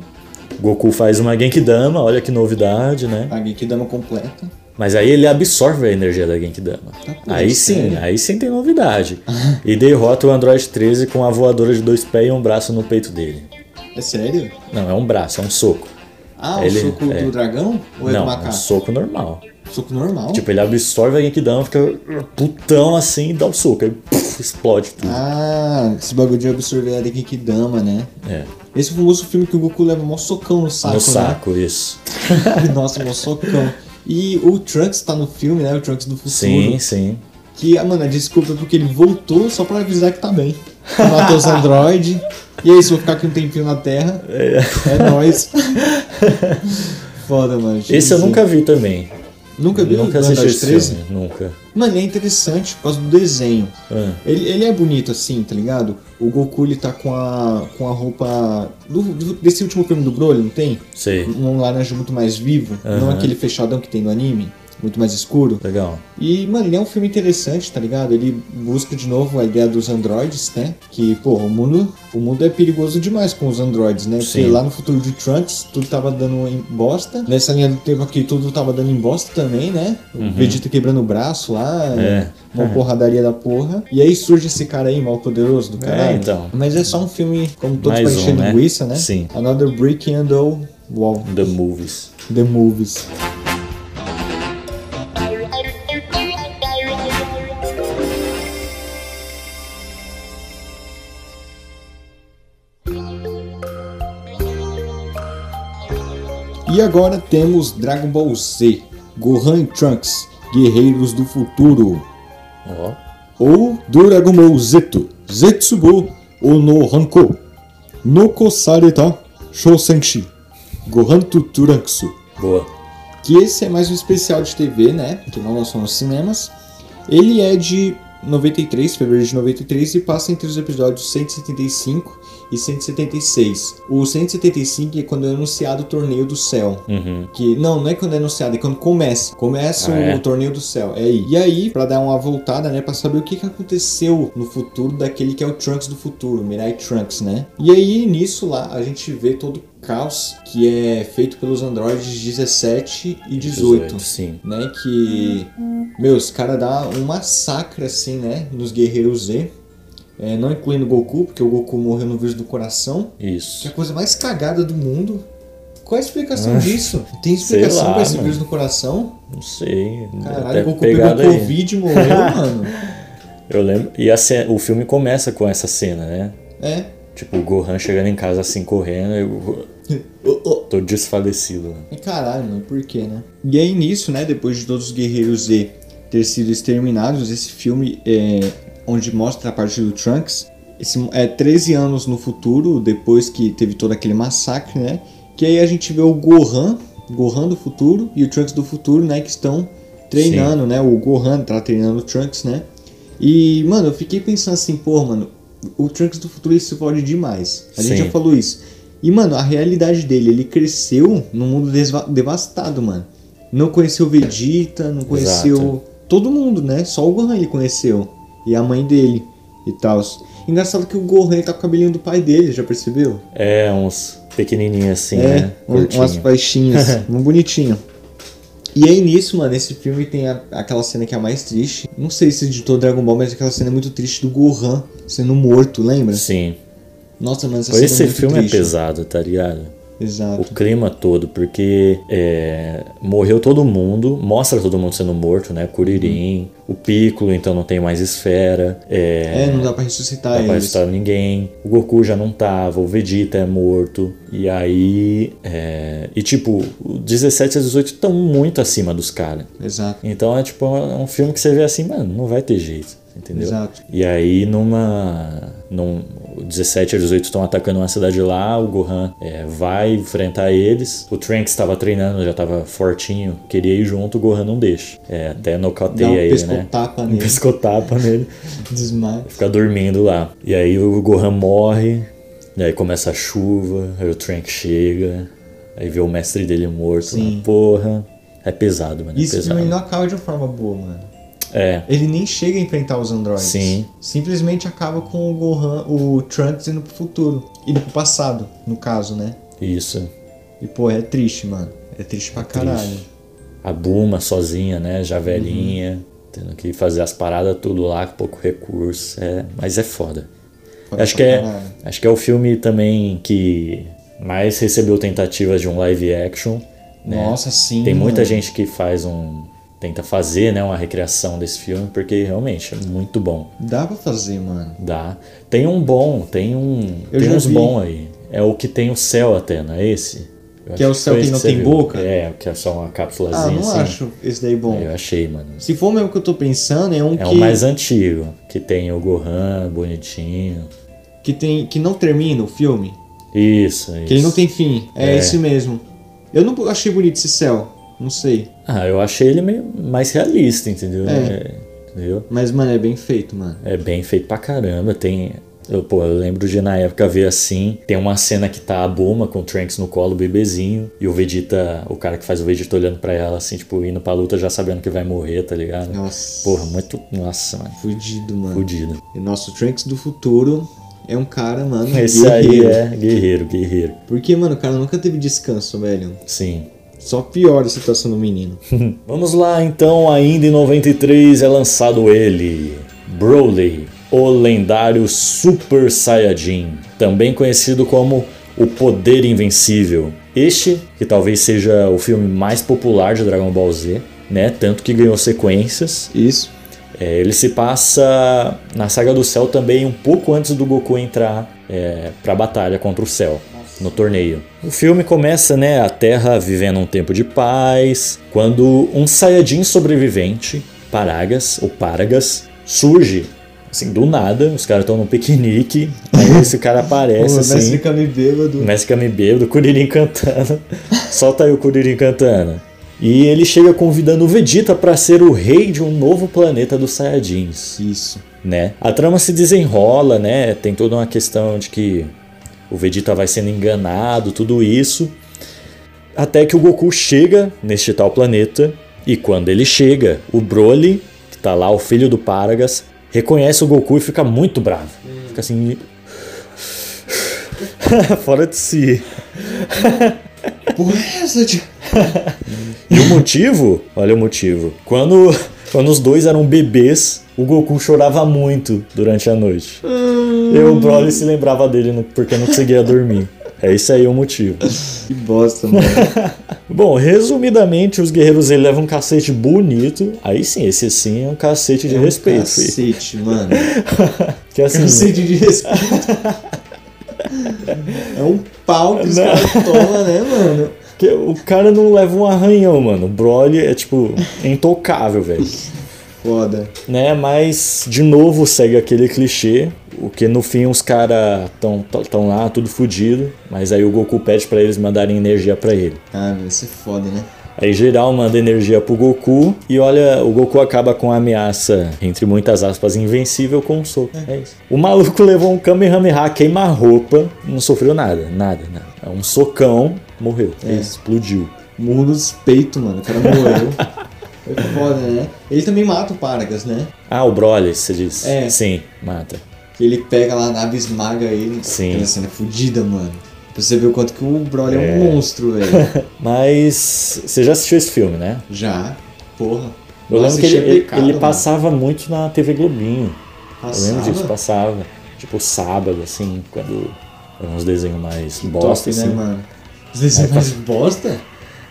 Goku faz uma Genkidama, olha que novidade, né?
A Genkidama completa.
Mas aí ele absorve a energia da Genkidama.
Tá por
aí
sério?
sim, aí sim tem novidade. e derrota o Android 13 com a voadora de dois pés e um braço no peito dele.
É sério?
Não, é um braço, é um soco.
Ah,
Ele-
o soco
é.
do dragão? Ou é do
Não, é um
macaco?
soco normal.
Soco normal?
Tipo, ele absorve a Genkidama, fica putão assim e dá o soco. Aí puf, explode tudo.
Ah, esse bagulho de absorver a Genkidama, né?
É.
Esse famoso filme que o Goku leva mó socão no saco,
No
né? Tá
saco, isso.
Nossa, mó socão. E o Trunks tá no filme, né? O Trunks do futuro.
Sim, sim.
Que, ah, mano, a desculpa é porque ele voltou só pra avisar que tá bem. Matou os android. E é isso, vou ficar aqui um tempinho na Terra. É nóis. Foda, mano.
Esse eu nunca vi também.
Nunca vi
Nunca
o
assisti
Android
esse
13?
filme, Nunca.
Mano, é interessante por causa do desenho.
Ah.
Ele, ele é bonito assim, tá ligado? O Goku ele tá com a, com a roupa. do- do- desse último filme do Broly, não tem?
Sei.
Um laranja muito mais vivo, não
Aham.
aquele fechadão que tem no anime, muito mais escuro.
Legal.
E, mano, ele é um filme interessante, tá ligado? Ele busca de novo a ideia dos androides, né? Que, pô, o mundo, o mundo é perigoso demais com os androides, né? Porque
Sim.
lá no futuro de Trunks, tudo tava dando em bosta. Nessa linha do tempo aqui, tudo tava dando em bosta também, né? O Vegeta quebrando o braço lá,
Uhum. É.
uma porradaria da porra. E aí surge esse cara aí, mal poderoso do caralho.
então.
Mas é só um filme, como todos,
Mais
pra encher
um, né?
linguiça, né?
Sim.
Another Brick and the Wall,
The Movies.
The Movies.
É,
E agora temos Dragon Ball Z, Gohan e Trunks, Guerreiros do Futuro,
Ó.
ou Dragon Ball Zeto, Zetsubo Ono Hanko, Noko Sareta Shosenshi, Gohan to Trunks.
Boa.
Que esse é mais um especial de TV, né? Que não lançou nos cinemas. Ele é de 93, fevereiro de 93, e passa entre os episódios 175 e 176. O 175 é quando é anunciado o Torneio do Céu.
Uhum.
Que, não, não é quando é anunciado, é quando começa. Começa
Ah,
o
é?
Torneio do Céu. É aí. E aí, pra dar uma voltada, né? Pra saber o que, que aconteceu no futuro daquele que é o Trunks do futuro, Mirai Trunks, né? E aí, nisso lá, a gente vê todo o caos que é feito pelos androides 17 e 18.
Sim.
Né, que, meu, os caras dão um massacre assim, né? Nos guerreiros Z. É, não incluindo o Goku, porque o Goku morreu no vírus do coração. Que é
Isso.
a coisa mais cagada do mundo. Qual a explicação disso? Tem explicação
Ah. lá,
pra esse
mano.
vírus no coração?
Não sei.
Caralho,
Deve
o Goku
ter
pegou
pegado aí.
Covid e morreu, mano.
Eu lembro. E a ce- o filme começa com essa cena, né?
É.
Tipo, o Gohan chegando em casa assim, correndo. Eu
Oh, oh.
tô desfalecido. né?
E caralho, mano, por quê, né? E aí nisso, né, depois de todos os guerreiros Z ter sido exterminados, esse filme é onde mostra a parte do Trunks, esse, é 13 anos no futuro, depois que teve todo aquele massacre, né? Que aí a gente vê o Gohan, Gohan do futuro e o Trunks do futuro, né, que estão treinando, né? O Gohan tá treinando o Trunks, né? E, mano, eu fiquei pensando assim, pô, mano, o Trunks do futuro ele se fode demais. A gente
Sim.
já falou isso. E, mano, a realidade dele, ele cresceu num mundo desva- devastado, mano. Não conheceu Vegeta, não conheceu
Exato.
todo mundo, né? Só o Gohan ele conheceu. E a mãe dele e tal. Engraçado que o Gohan ele tá com o cabelinho do pai dele, já percebeu?
É, uns pequenininhos assim,
É,
né?
um- umas
Curtinho.
faixinhas, um bonitinho. E aí nisso, mano, esse filme tem a- aquela cena que é a mais triste. Não sei se editou Dragon Ball, mas aquela cena é muito triste do Gohan sendo morto, lembra?
Sim.
Nossa, mano, essa cena
Esse
é muito
filme
triste.
é pesado, tá ligado?
Exato.
o clima todo, porque é, morreu todo mundo, mostra todo mundo sendo morto, né? Kuririn, o Piccolo, então não tem mais esfera,
É,
é,
não dá pra ressuscitar
não vai
eles.
estar ninguém, o Goku já não tava, o Vegeta é morto, e aí. é, e tipo, o 17 e 18 estão muito acima dos caras.
Exato.
Então é tipo é um filme que você vê assim, mano, não vai ter jeito, entendeu?
Exato.
E aí numa. Num, o 17 e o 18 estão atacando uma cidade lá, o Gohan é, vai enfrentar eles. O Trunks estava treinando, já estava fortinho, queria ir junto, o Gohan não deixa. É, até
Dá um
nocauteia ele, né?
pescotapa
Um
nele,
pescotapa nele,
desmaia.
fica dormindo lá. E aí o Gohan morre, e aí começa a chuva, aí o Trunks chega, aí vê o mestre dele morto.
Sim.
né? Porra, é pesado, mano.
E
É
esse filme
pesado.
não acaba de uma forma boa, mano.
É,
Ele nem chega a enfrentar os androides.
Sim.
Simplesmente acaba com o Gohan, o Trunks indo pro futuro. Indo pro passado, no caso, né?
isso.
E, pô, é triste, mano. É triste pra caralho.
A Buma sozinha, né?
Uhum.
Já velhinha, tendo que fazer as paradas tudo lá com pouco recurso. É, mas é foda.
Foda
acho, que
pra
é,
caralho.
acho que é o filme também que mais recebeu tentativas de um live action. né?
Nossa, sim. né?
Tem muita
mano.
gente que faz um. tenta fazer, né? Uma recriação desse filme, porque realmente é muito bom.
Dá pra fazer, mano.
Dá. Tem um bom, tem um.
Eu
tem
já
uns
vi.
bom aí. É o que tem o céu até, não é esse? Eu
Que é
acho
o céu
foi
que
esse
não
você
tem
viu.
boca?
É, que é só uma cápsulazinha
Ah, não
assim.
acho esse daí bom.
Eu achei, mano.
Se for mesmo que eu tô pensando, é um
É o
que,
mais antigo, que tem o Gohan bonitinho.
que, tem, que não termina o filme.
Isso, isso.
Que ele não tem fim.
É.
É, esse mesmo. Eu não achei bonito esse céu. Não sei.
Ah, eu achei ele meio mais realista, entendeu?
É.
É, entendeu?
Mas, mano, é bem feito, mano.
É bem feito pra caramba, tem... Eu, pô, eu lembro de na época ver assim, tem uma cena que tá a Bulma com o Trunks no colo, o bebezinho, e o Vegeta, o cara que faz o Vegeta olhando pra ela assim, tipo, indo pra luta já sabendo que vai morrer, tá ligado?
Nossa.
Porra, muito... Nossa, mano,
Fudido, mano.
fudido.
E nosso Trunks do futuro é um cara, mano.
Esse aí é guerreiro, guerreiro.
Porque, mano, o cara nunca teve descanso, velho.
Sim,
Só piora a situação do menino.
Vamos lá então, ainda em 93 é lançado ele, Broly, o lendário Super Saiyajin, também conhecido como o Poder Invencível. Este, que talvez seja o filme mais popular de Dragon Ball Z, né? Tanto que ganhou sequências.
Isso.
É, ele se passa na Saga do Céu também um pouco antes do Goku entrar é, para a batalha contra o Céu no torneio. O filme começa, né, a Terra vivendo um tempo de paz, quando um Saiyajin sobrevivente, Paragas ou Paragas, surge assim do nada. Os caras estão num piquenique, aí esse cara aparece
o mestre
assim.
fica me bêbado.
O Mestre Kami bêbado, o Kuririn cantando. Solta aí o Kuririn cantando. E ele chega convidando o Vegeta para ser o rei de um novo planeta dos Saiyajins
Isso.
né? A trama se desenrola, né? Tem toda uma questão de que o Vegeta vai sendo enganado, tudo isso. Até que o Goku chega neste tal planeta. E quando ele chega, o Broly, que tá lá, o filho do Paragas, reconhece o Goku e fica muito bravo. Fica assim. Fora de si.
Porra, é essa, tio?
E o motivo? Olha o motivo. Quando, quando os dois eram bebês, o Goku chorava muito durante a noite. E o Broly se lembrava dele no- porque não conseguia dormir. É isso aí o motivo.
Que bosta, mano.
Bom, resumidamente, os guerreiros ele levam um cacete bonito. Aí sim, esse sim é um cacete de respeito. filho.
Cacete, mano.
Que assim,
Cacete de respeito. É um pau que os caras tomam, né, mano?
que o cara não leva um arranhão, mano. O Broly é tipo intocável, velho.
Foda.
né? Mas de novo segue aquele clichê, o que no fim os caras tão, tão, tão lá tudo fudido, mas aí o Goku pede pra eles mandarem energia pra ele.
Ah, meu, isso é foda, né?
Aí geral manda energia pro Goku e olha, o Goku acaba com a ameaça, entre muitas aspas, invencível com um soco. É isso. O maluco levou um Kamehameha, queima roupa, não sofreu nada, nada, nada. É um socão, morreu, é isso, explodiu.
Murro nos peitos, mano. O cara morreu. Foi foda, né? Ele também mata o Paragas, né?
Ah, o Broly, você diz?
É.
Sim, mata.
Que ele pega lá a nave esmaga ele.
Sim.
Aquela cena fodida, mano. Pra você ver o quanto que o Broly é, um monstro, velho.
Mas você já assistiu esse filme, né?
Já. Porra.
Eu
Nossa,
lembro que ele,
achei
ele-
pecado,
ele
mano.
passava muito na TV Globinho. Eu lembro
Passava?
disso, passava. Tipo sábado, assim, quando eram uns desenhos mais bosta,
Top, né,
assim. É,
mano? Os desenhos mais bosta?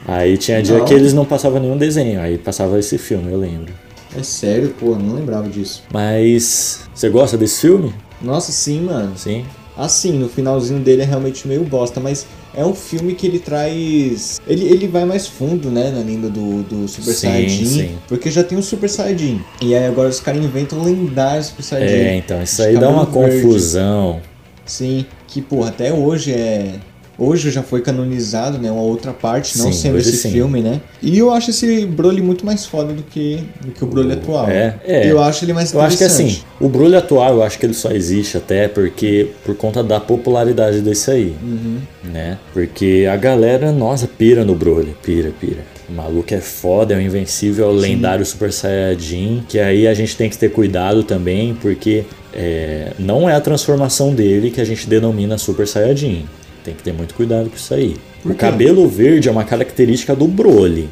aí tinha dia
Não.
que eles não passavam nenhum desenho, aí passava esse filme, eu lembro.
É sério, pô, não lembrava disso.
Mas você gosta desse filme?
Nossa, sim, mano.
Sim.
Assim, no finalzinho dele é realmente meio bosta, mas é um filme que ele traz. Ele, ele vai mais fundo, né, na linda do, do Super
Sim,
Saiyajin.
sim.
Porque já tem o Super Saiyajin. E aí agora os caras inventam lendários Super Saiyajin.
É, então, isso
De
aí dá uma
cabelo verde.
confusão.
Sim, que porra, até hoje é. Hoje já foi canonizado, né? Uma outra parte, não
Sim,
sendo
hoje
esse
sim.
filme, né? E eu acho esse Broly muito mais foda do que, do que o Broly atual.
É, é.
Eu acho ele mais
Eu acho que
interessante.
assim, o Broly atual, eu acho que ele só existe até porque por conta da popularidade desse aí,
Uhum.
né? Porque a galera, nossa, pira no Broly, pira, pira. O maluco é foda, é o invencível, é o lendário Super Saiyajin, que aí a gente tem que ter cuidado também, porque é, não é a transformação dele que a gente denomina Super Saiyajin. Tem que ter muito cuidado com isso aí. O cabelo verde é uma característica do Broly.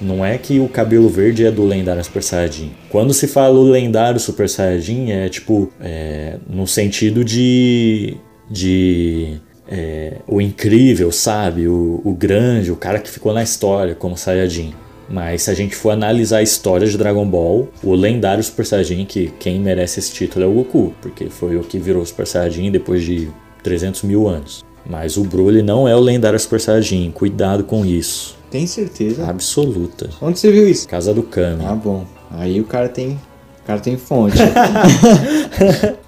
Não é que o cabelo verde é do lendário Super Saiyajin. Quando se fala o lendário Super Saiyajin, é tipo. é, no sentido de. de. é, o incrível, sabe? O, o grande, o cara que ficou na história como Saiyajin. Mas se a gente for analisar a história de Dragon Ball, o lendário Super Saiyajin, que quem merece esse título é o Goku, porque foi o que virou Super Saiyajin depois de 300 mil anos. Mas o Broly não é o lendário Super Saiyajin, cuidado com isso.
Tem
Ah.
certeza?
Absoluta.
Onde você viu isso?
Casa do Kami.
Ah, bom. Aí o cara tem. O cara tem fonte.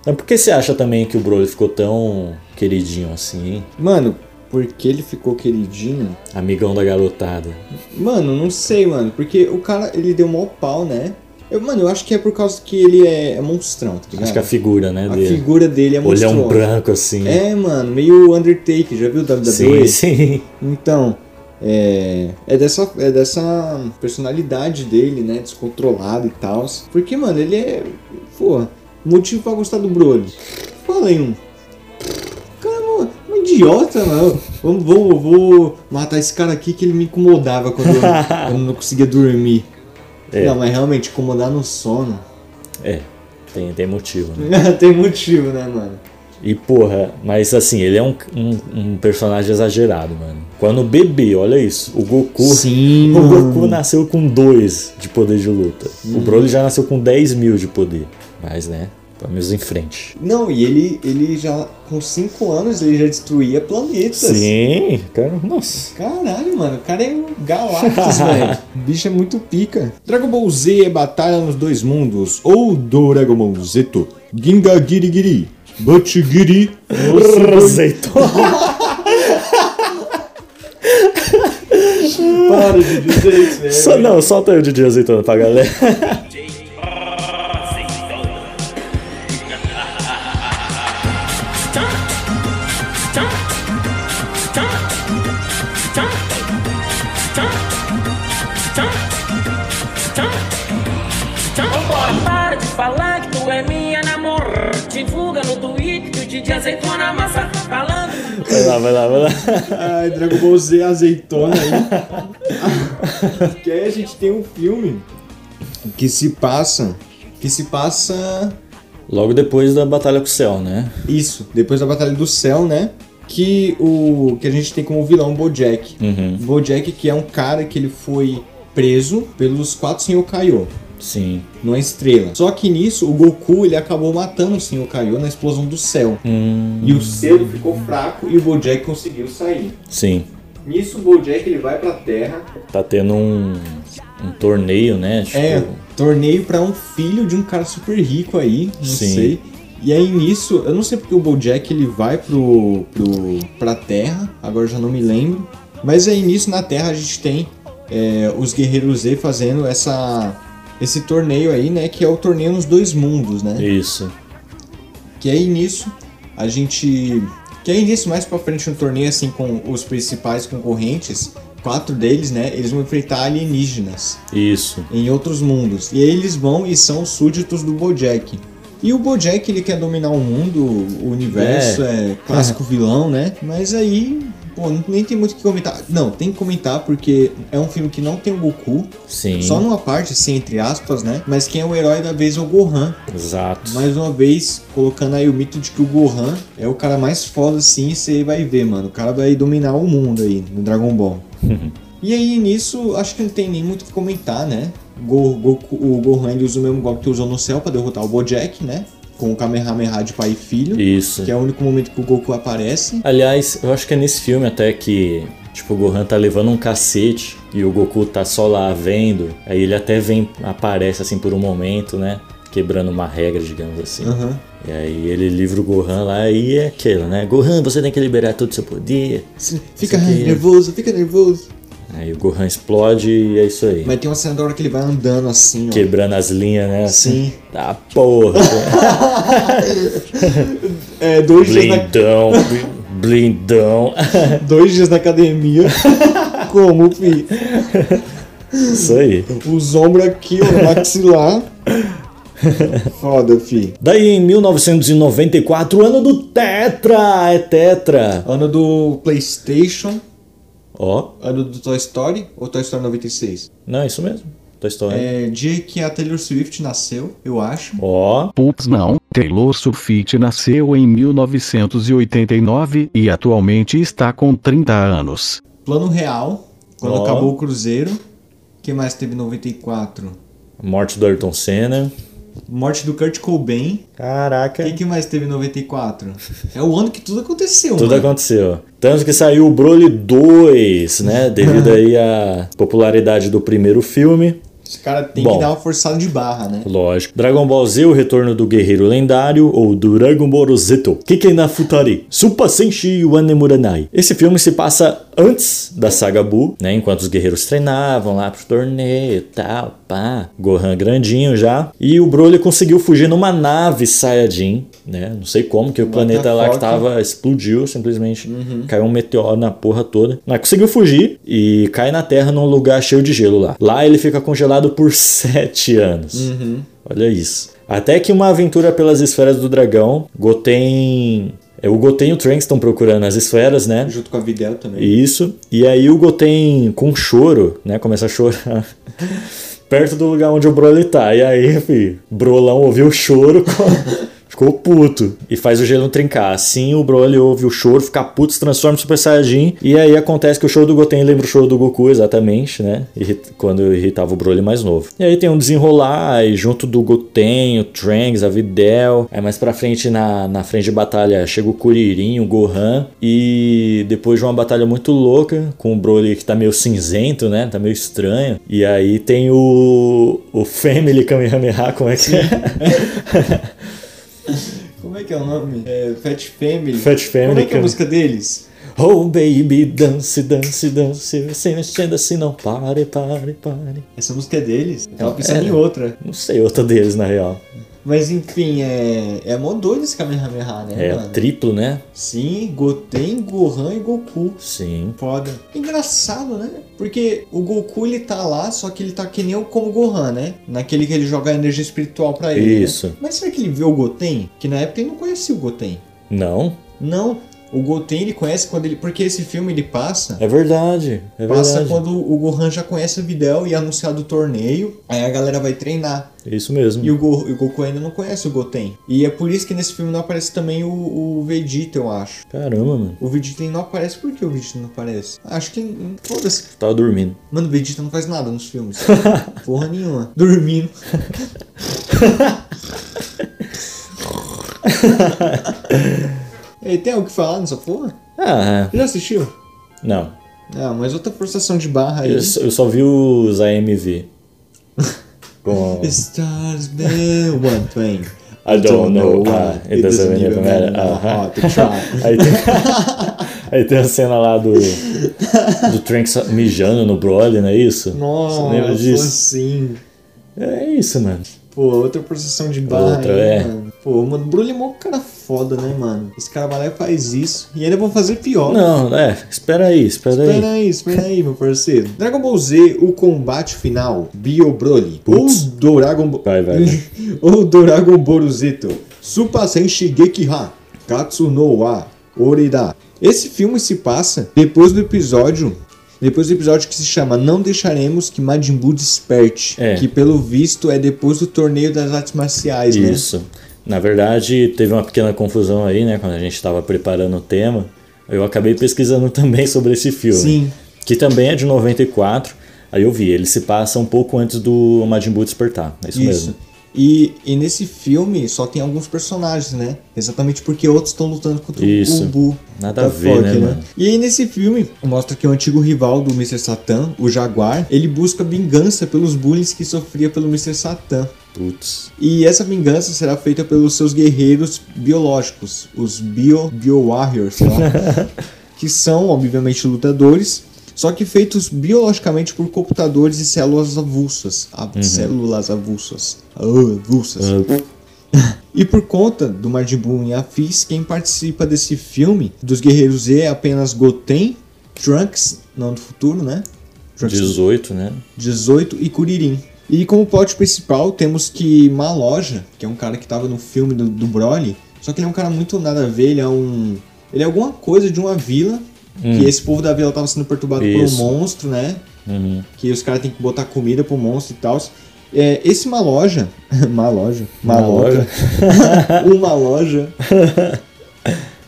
Mas por que você acha também que o Broly ficou tão queridinho assim, hein?
mano, porque ele ficou queridinho?
Amigão da garotada.
Mano, não sei, mano. Porque o cara, ele deu mó pau, né? Eu, mano, eu acho que é por causa que ele é, é monstrão, tá ligado?
Acho que a figura, né,
A
dele.
figura dele é monstrão.
Olhão branco assim.
É, mano, meio Undertaker, já viu o WWE?
sim, sim.
Então, é, é, dessa, é dessa personalidade dele, né? Descontrolado e tal. Porque, mano, ele é. Pô, motivo pra gostar do Broly. Fala aí um. Cara, é um- um idiota, mano. Vou, vou, vou matar esse cara aqui que ele me incomodava quando eu, eu não conseguia dormir.
É.
Não, mas realmente, incomodar no sono.
É, tem, tem motivo, né?
Tem motivo, né, mano?
E porra, mas assim, ele é um, um- um personagem exagerado, mano. Quando bebê, olha isso. O Goku.
Sim,
O Goku nasceu com 2 de poder de luta. O Broly já nasceu com 10 mil de poder. Mas, né? Vamos em frente.
Não, e ele, ele já, com 5 anos, ele já destruía planetas.
Sim, cara. Nossa.
Caralho, mano, o cara é um Galactus, velho. O bicho é muito pica. Dragon Ball Z é batalha nos dois mundos, ou do Dragon Ball Zeto, Ginga Giri Giri, Butchigiri, Para de dizer isso, velho.
Só, não, solta aí o DJ Azeitona pra galera.
Para de falar que tu é minha namorada. Divulga no Twitter que o DJ azeitona massa falando.
Vai lá, vai lá, vai lá.
Ai, Dragon Ball Z é azeitona aí. que aí a gente tem um filme que se passa, que se passa
Logo depois da Batalha com o Céu, né?
Isso, depois da Batalha do Céu, né? Que, o, que a gente tem como vilão o Bojack. Bojack, que é um cara que ele foi preso pelos quatro Senhor Kaiô,
Sim.
numa estrela. Só que nisso, o Goku ele acabou matando o Senhor Kaiô na explosão do céu. E o selo ficou fraco e o Bojack conseguiu sair.
Sim.
Nisso, o Bojack ele vai pra terra.
Tá tendo um, um torneio, né? Tipo,
É, torneio pra um filho de um cara super rico aí, não
Sim.
sei. E aí nisso, eu não sei porque o Bojack ele vai pro, pro pra Terra, agora eu já não me lembro. Mas aí nisso na Terra a gente tem é, os guerreiros Z fazendo essa esse torneio aí, né, que é o torneio nos dois mundos, né?
Isso.
Que aí nisso a gente. Que aí nisso, mais pra frente no torneio, assim, com os principais concorrentes, quatro deles, né? Eles vão enfrentar alienígenas
Isso.
em outros mundos. E aí eles vão e são súditos do Bojack. E o Bojack, ele quer dominar o mundo, o universo, é, clássico vilão, né? Mas aí, pô, não- nem tem muito o que comentar. Não, tem que comentar porque é um filme que não tem o Goku,
Sim.
só numa parte, assim, entre aspas, né? Mas quem é o herói da vez é o Gohan.
Exato.
Mais uma vez, colocando aí o mito de que o Gohan é o cara mais foda, assim, você vai ver, mano. O cara vai dominar o mundo aí no Dragon Ball. e aí, nisso, acho que não tem nem muito o que comentar, né? Go- Goku- o Gohan ele usa o mesmo golpe que usou no céu pra derrotar o Bojack, né? Com o Kamehameha de pai e filho.
Isso.
Que é o único momento que o Goku aparece.
Aliás, eu acho que é nesse filme até que, tipo, o Gohan tá levando um cacete e o Goku tá só lá vendo. Aí ele até vem, aparece assim por um momento, né? Quebrando uma regra, digamos assim.
Aham.
E aí ele livra o Gohan lá e é aquilo, né? Gohan, você tem que liberar todo o seu poder. Isso
Fica
aqui- é-
nervoso, fica nervoso.
Aí o Gohan explode e é isso aí.
Mas tem uma cena da hora que ele vai andando assim, ó.
Quebrando as linhas, né?
Sim.
Ah, porra.
É, dois dias na
blindão, blindão.
Dois dias na academia. Como, fi?
Isso aí.
Os ombros aqui, o maxilar. Foda, fi.
Daí em 1994, ano do Tetra! É Tetra!
Ano do PlayStation.
Ó,
Ano do Toy Story ou Toy Story 96?
não, é isso mesmo. Toy Story.
É dia que a Taylor Swift nasceu, eu acho.
Ó,
Pups não, Taylor Swift nasceu em 1989 e atualmente está com 30 anos.
Plano Real, quando
Ó.
acabou o Cruzeiro. que mais teve em 94?
morte do Ayrton Senna.
Morte do Kurt Cobain.
Caraca.
O que, que mais teve em 94? É o ano que tudo aconteceu, né?
Tudo
mano.
aconteceu. Tanto que saiu o Broly 2, né? Devido aí à popularidade do primeiro filme.
Esse cara tem
Bom.
que dar uma forçada de barra, né?
Lógico. Dragon Ball Z, o retorno do guerreiro lendário, ou Dragon Ball Zeto. Kiken na Futari, Super Senshi Wanemuranai. Esse filme se passa antes da saga Buu, né? Enquanto os guerreiros treinavam lá pro torneio e tal, pá. Gohan grandinho já. E o Broly conseguiu fugir numa nave Saiyajin, né? Não sei como, que o planeta lá que
foca.
tava tava- explodiu simplesmente. Caiu um meteoro na porra toda. Mas conseguiu fugir e cai na Terra num lugar cheio de gelo lá. Lá ele fica congelado por sete anos. Olha isso. Até que uma aventura pelas esferas do dragão, Goten. é, O Goten e o Trunks estão procurando as esferas, né?
Junto com a Videl também.
Isso. E aí o Goten, com choro, né? Começa a chorar. Perto do lugar onde o Broly tá. E aí, fi, Brolão ouviu o choro, ficou puto. E faz o gelo trincar. Assim o Broly ouve o choro, fica puto, se transforma em Super Saiyajin. E aí acontece que o choro do Goten lembra o choro do Goku, exatamente, né? Irrit- Quando irritava o Broly mais novo. E aí tem um desenrolar, aí junto do Goten, o Trunks, a Videl. Aí mais pra frente, na, na frente de batalha, chega o Kuririn, o Gohan. E depois de uma batalha muito louca, com o Broly que tá meio cinzento, né? Tá meio estranho. E aí tem o. O Family Kamehameha, como é que é?
Como é que é o nome? É, Fat Family.
Fat Family,
Como é que é
cara.
a música deles?
oh baby, dance, dance, dance. Se mexendo assim, não pare, pare, pare.
Essa música é deles? Eu tava pensando
É.
em outra.
Não sei outra deles na real.
Mas enfim, é. É mó doido esse Kamehameha, né?
É
mano?
triplo, né?
Sim, Goten, Gohan e Goku.
Sim.
Foda. Engraçado, né? Porque o Goku ele tá lá, só que ele tá que nem o como o Gohan, né? Naquele que ele joga a energia espiritual pra ele. né?
Isso.
Mas será que ele vê o Goten? Que na época ele não conhecia o Goten.
Não?
Não, o Goten ele conhece quando ele. Porque esse filme ele passa.
É verdade. É
Passa
verdade.
quando o Gohan já conhece a Videl e é anunciado o torneio, aí a galera vai treinar.
Isso mesmo.
E o, Go- e o Goku ainda não conhece o Goten. E é por isso que nesse filme não aparece também o, o Vegeta, eu acho.
Caramba, mano.
O Vegeta não aparece, por que o Vegeta não aparece? Acho que. hum, Foda-se.
Tava dormindo.
Mano, o Vegeta não faz nada nos filmes. Porra nenhuma. Dormindo. Ei, tem algo que falar nessa porra?
Ah,
Já assistiu?
não.
Ah, mas outra forçação de barra aí.
Eu só, eu só vi os AMV.
Então,
Com.
Stars below one thing.
I don't
então,
know
ah,
why. It doesn't even
é
matter.
Ó,
Ah,
tem que chorar.
Aí tem, aí tem a cena lá do. Do Trunks mijando no Broly, não é isso? Você lembra
Nossa,
disso?
sim.
É isso, mano.
Pô, outra processão de barra
Outra,
aí,
é.
mano. Pô, mano, o Broly é mó cara foda, né, mano? Esse cara vai lá e faz isso. E ainda vão fazer pior.
Não, é. Espera aí, espera
Espera
aí.
aí, espera aí, meu parceiro. Dragon Ball Z, o combate final. Bio Broly.
Putz.
Ou Dragon Ball...
Vai, vai, vai.
Ou Dragon Ball Zeto. Supasen Shigeki Ha. Katsu no wa Orida. Esse filme se passa depois do episódio... Depois do episódio que se chama Não Deixaremos que Majin Buu Desperte.
É.
Que, pelo visto, é depois do torneio das artes marciais, né?
Isso. Na verdade, teve uma pequena confusão aí, né? Quando a gente tava preparando o tema. Eu acabei pesquisando também sobre esse filme.
Sim.
Que também é de 94. Aí eu vi, ele se passa um pouco antes do Majin Buu despertar. É isso, mesmo.
E, e nesse filme só tem alguns personagens, né? Exatamente porque outros estão lutando contra
Isso.
o Buu.
Nada
da
a ver,
Fox,
né, mano?
E aí nesse filme mostra que o antigo rival do Mr. Satan, o Jaguar, ele busca vingança pelos bullies que sofria pelo Mr. Satan.
Putz.
E essa vingança será feita pelos seus guerreiros biológicos, os Bio, Bio Warriors, sei lá, que são, obviamente, lutadores, só que feitos biologicamente por computadores e células avulsas. Av- Células avulsas. Ah, avulsas. E por conta do Majin Buu e Afis, quem participa desse filme dos Guerreiros Z é apenas Goten, Trunks, não do futuro, né? Trunks do
18, né?
18 e Kuririn. E como plot principal, temos que Maloja, que é um cara que tava no filme do, do Broly, só que ele é um cara muito nada a ver, ele é um. Ele é alguma coisa de uma vila Que esse povo da vila tava sendo perturbado
Hum. Isso.
por um monstro, né?
Uhum.
Que os caras têm que botar comida pro monstro e tal. É, esse Maloja. Maloja.
Maloja.
Maloca. uma loja.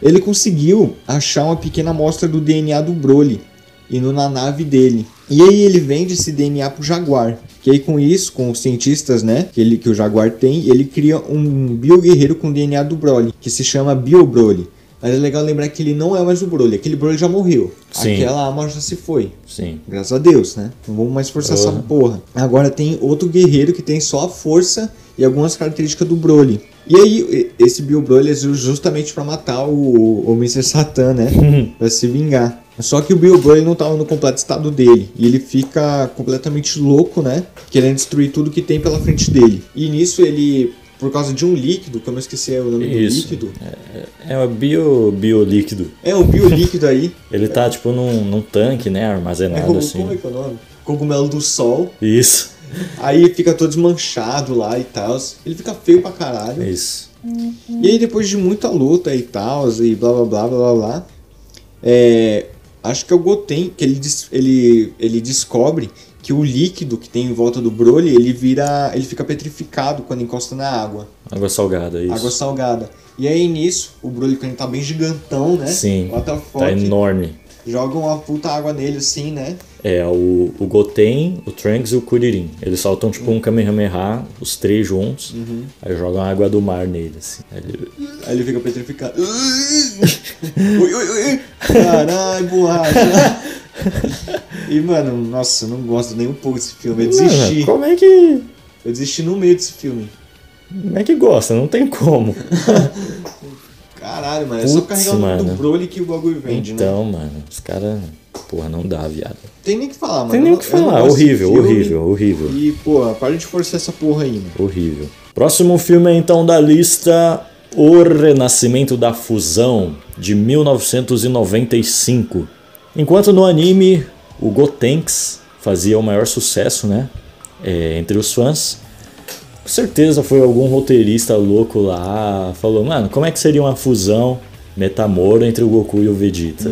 Ele conseguiu achar uma pequena amostra do DNA do Broly indo na nave dele. E aí ele vende esse DNA pro Jaguar. Que aí com isso, com os cientistas, né, que, ele, que o Jaguar tem, ele cria um bioguerreiro com DNA do Broly, que se chama Bio Broly. Mas é legal lembrar que ele não é mais o Broly, aquele Broly já morreu.
Sim.
Aquela amostra se foi.
Sim.
Graças a Deus, né? Não vamos mais forçar essa
Ah.
porra. Agora tem outro guerreiro que tem só a força e algumas características do Broly. E aí, e- esse Bill Broly é ju- justamente pra matar o, o Mr. Satan, né? pra se vingar. Só que o Bill Broly não tava no completo estado dele. E ele fica completamente louco, né? Querendo destruir tudo que tem pela frente dele. E nisso ele, por causa de um líquido, que eu não esqueci o nome
Isso.
do líquido.
É o bio, biolíquido.
É, o biolíquido aí.
Ele tá, tipo, num, num tanque, né?
É,
Armazenado,
como,
assim.
como é que é o nome? Cogumelo do Sol.
Isso.
Aí fica todo desmanchado lá e tal. Ele fica feio pra caralho.
é Isso.
E aí depois de muita luta e tal, e blá blá blá blá blá blá. é, acho que é o Goten que ele, des- ele, ele descobre que o líquido que tem em volta do Broly, ele vira. ele fica petrificado quando encosta na água.
Água salgada, isso. Tá
Água salgada. E aí nisso, o Broly quando ele tá bem gigantão, né?
Sim.
What the
Tá
fuck?
enorme.
joga uma puta água nele assim, né?
É, o, o Goten, o Trunks e o Kuririn. Eles soltam, tipo, um Kamehameha, os três juntos.
Uhum.
Aí jogam água do mar nele, assim. Aí ele-
Aí ele fica petrificado. Ui, ui, ui. Caralho, borracha. E, mano, nossa, eu não gosto nem um pouco desse filme. Eu
Mano,
desisti.
como é que...
Eu desisti no meio desse filme.
Como é que gosta? Não tem como.
Caralho, mano. É só
Putz,
carregar o nome do
mano.
Broly que o bagulho vende, né?
Então, mano, os caras... Porra, não dá, viado.
Tem nem o que falar, mano.
Tem nem o que
Eu não- eu não
falar.
gosto desse
Horrível,
filme.
horrível, horrível.
E, pô, para de forçar essa porra aí, mano.
Horrível. Próximo filme é, então da lista O Renascimento da Fusão de 1995. Enquanto no anime o Gotenks fazia o maior sucesso, né, é, entre os fãs, com certeza foi algum roteirista louco lá falou, mano, como é que seria uma fusão metamoro entre o Goku e o Vegeta?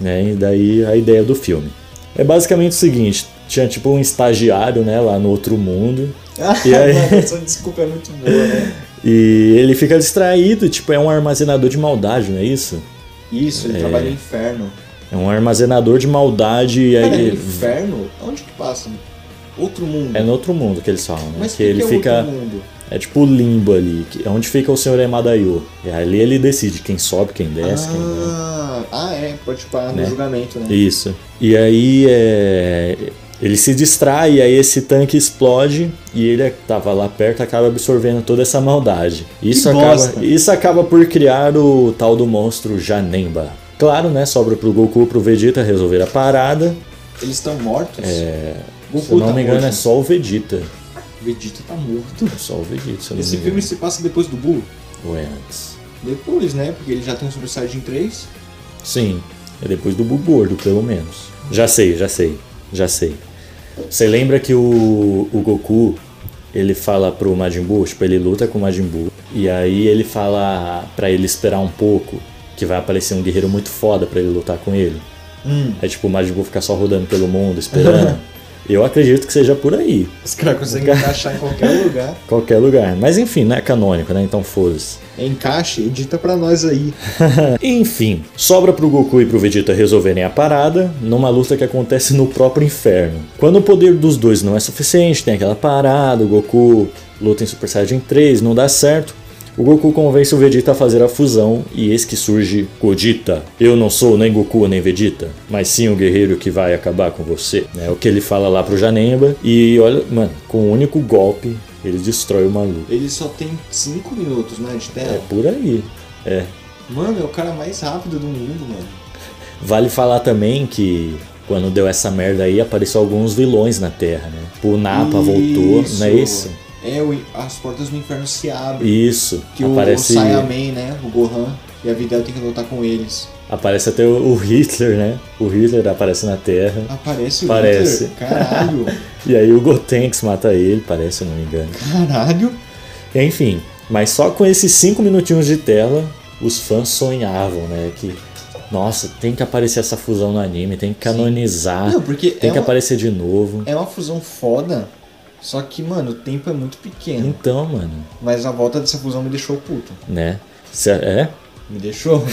né? E daí a ideia do filme. É basicamente o seguinte, tinha tipo um estagiário, né, lá no outro mundo, E aí?
Mano, essa desculpa é muito boa, né?
e ele fica distraído, tipo, é um armazenador de maldade, não é isso?
Isso, ele trabalha no inferno.
É um armazenador de maldade e
Cara,
aí.
inferno? Onde que passa? Outro mundo.
É no outro mundo que eles falam, né?
Mas
que
o
ele
é
fica.
outro mundo?
É tipo o limbo ali, que é onde fica o senhor Emadaio. E ali ele decide quem sobe, quem desce, quem não.
Ah, ah, é, pode parar no julgamento, né?
Isso. né? E aí é, ele se distrai, e aí esse tanque explode e ele que tava lá perto acaba absorvendo toda essa maldade. Isso
Que bosta.
acaba, isso acaba por criar o tal do monstro Janemba. Claro, né? Sobra pro Goku, pro Vegeta resolver a parada.
Eles estão mortos? É. Goku
Se eu não
tá
me engano, é
morto.
só o Vegeta.
Vegeta tá morto.
É só o Vegeta, se eu não
Esse
me
filme
engano.
se passa depois do Buu?
Ou é antes?
Depois, né? Porque ele já tem o Super Saiyajin 3.
Sim, é depois do Bubordo, pelo menos. Já sei, já sei, já sei. Você lembra que o, o Goku, ele fala pro Majin Buu, tipo, ele luta com o Majin Buu, e aí ele fala pra ele esperar um pouco, que vai aparecer um guerreiro muito foda pra ele lutar com ele. Aí tipo, o Majin Buu fica só rodando pelo mundo, esperando. Eu acredito que seja por aí,
Os caras conseguem encaixar em qualquer lugar.
qualquer lugar. Mas enfim, não é canônico, né? Então foda-se.
É Encaixe, edita pra nós aí.
Enfim, sobra pro Goku e pro Vegeta resolverem a parada numa luta que acontece no próprio inferno. Quando o poder dos dois não é suficiente, tem aquela parada, o Goku luta em Super Saiyajin 3, não dá certo. O Goku convence o Vegeta a fazer a fusão e eis que surge Godita. Eu não sou nem Goku nem Vegeta, mas sim o guerreiro que vai acabar com você. É o que ele fala lá pro Janemba e olha, mano, com um único golpe ele destrói o maluco.
Ele só tem 5 minutos, né? De
É
tela.
por aí. É.
Mano, é o cara mais rápido do mundo, mano.
Vale falar também que quando deu essa merda aí, apareceu alguns vilões na Terra, né? Tipo, O Napa voltou, não é isso?
É, o, as portas do inferno se abrem.
Isso.
Que
aparece,
o Saiyaman, né? O Gohan e a Videl tem que lutar com eles.
aparece até o o Hitler, né? O Hitler aparece na Terra.
Ah. Aparece o
Parece.
Hitler? Caralho.
E aí o Gotenks mata ele, parece, se eu não me engano.
Caralho.
Enfim, mas só com esses cinco minutinhos de tela, os fãs sonhavam, né? Que Nossa, tem que aparecer essa fusão no anime, tem que canonizar.
Não, porque
tem
é
que
uma-
aparecer de novo.
É uma fusão foda, só que, mano, o tempo é muito pequeno.
Então, mano,
Mas a volta dessa fusão me deixou puto.
né? Cê- É?
Me deixou.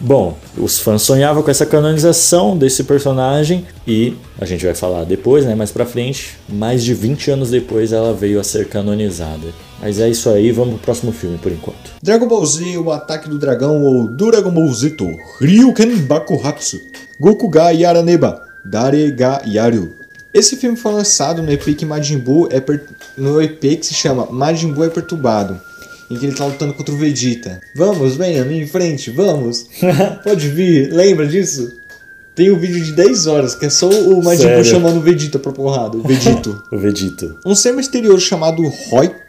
Bom, os fãs sonhavam com essa canonização desse personagem e a gente vai falar depois, né, mais pra frente, mais de 20 anos depois ela veio a ser canonizada. Mas é isso aí, vamos pro próximo filme por enquanto.
Dragon Ball Z, o ataque do dragão ou Dragon Ball Zito, Ryuken Bakuhatsu, Goku ga Yaraneba, Dare ga Yaru. Esse filme foi lançado no EP que Majin Buu é per... no EP que se chama Majin Buu é perturbado, em que ele tá lutando contra o Vegeta. Vamos, venha, me em frente, vamos. Pode vir, lembra disso? Tem um vídeo de 10 horas que é só o Majin
Sério?
Buu chamando o Vegeta pra porrada, o Vegito.
O Vegito.
Um ser misterioso chamado Roy.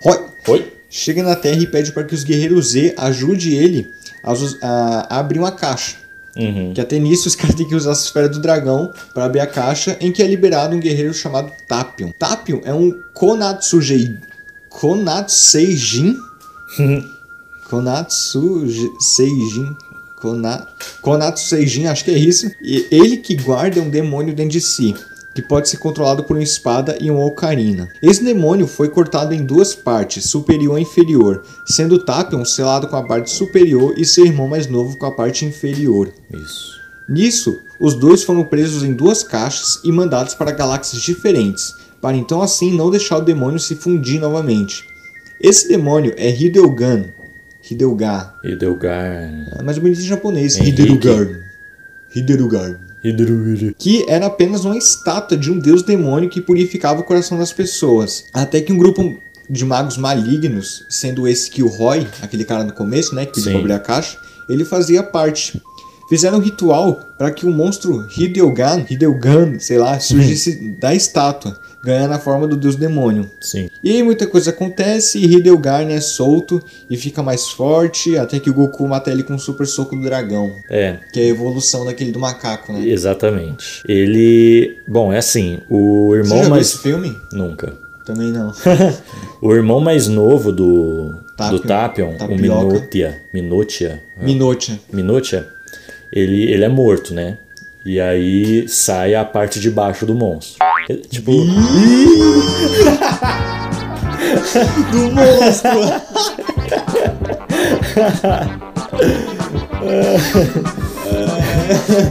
Roy.
Oi?
Chega na Terra e pede para que os guerreiros Z ajude ele a, us- a abrir uma caixa.
Uhum.
Que até nisso os caras têm que usar a esfera do dragão para abrir a caixa, em que é liberado um guerreiro chamado Tapion. Tapion é um Konatsujei. Konatseijin? Konatsuseijin? Kona... Konatsuseijin, acho que é isso. E ele que guarda um demônio dentro de si, que pode ser controlado por uma espada e uma ocarina. Esse demônio foi cortado em duas partes, superior e inferior, sendo Tapion selado com a parte superior e seu irmão mais novo com a parte inferior.
Isso.
Nisso, os dois foram presos em duas caixas e mandados para galáxias diferentes, para então assim não deixar o demônio se fundir novamente. Esse demônio é Hideogan. Hideogar.
E Delgar.
É mais bonito em japonês.
Henrique.
Hideogar. Hideogar.
Hidrugri.
Que era apenas uma estátua de um deus demônio que purificava o coração das pessoas. Até que um grupo de magos malignos, sendo esse que o Roy, aquele cara no começo, né, que
Sim.
pediu pra abrir a caixa, ele fazia parte. Fizeram um ritual para que o monstro Hideogan, Hideogan, sei lá, surgisse da estátua, ganhando a forma do deus demônio.
Sim.
E aí muita coisa acontece e Hideogan é solto e fica mais forte até que o Goku mata ele com um super soco do dragão,
É,
que é a evolução daquele do macaco, né?
exatamente. Ele. Bom, é assim, o
Você já
irmão
viu
mais.
esse filme?
Nunca.
Também não.
O irmão mais novo do. um
Tapion.
Do Tapion, o
Tapioca.
Minotia. Minotia.
Minotia.
Minotia, ele, ele é morto, né? E aí sai a parte de baixo do monstro. É, Tipo,
Do monstro!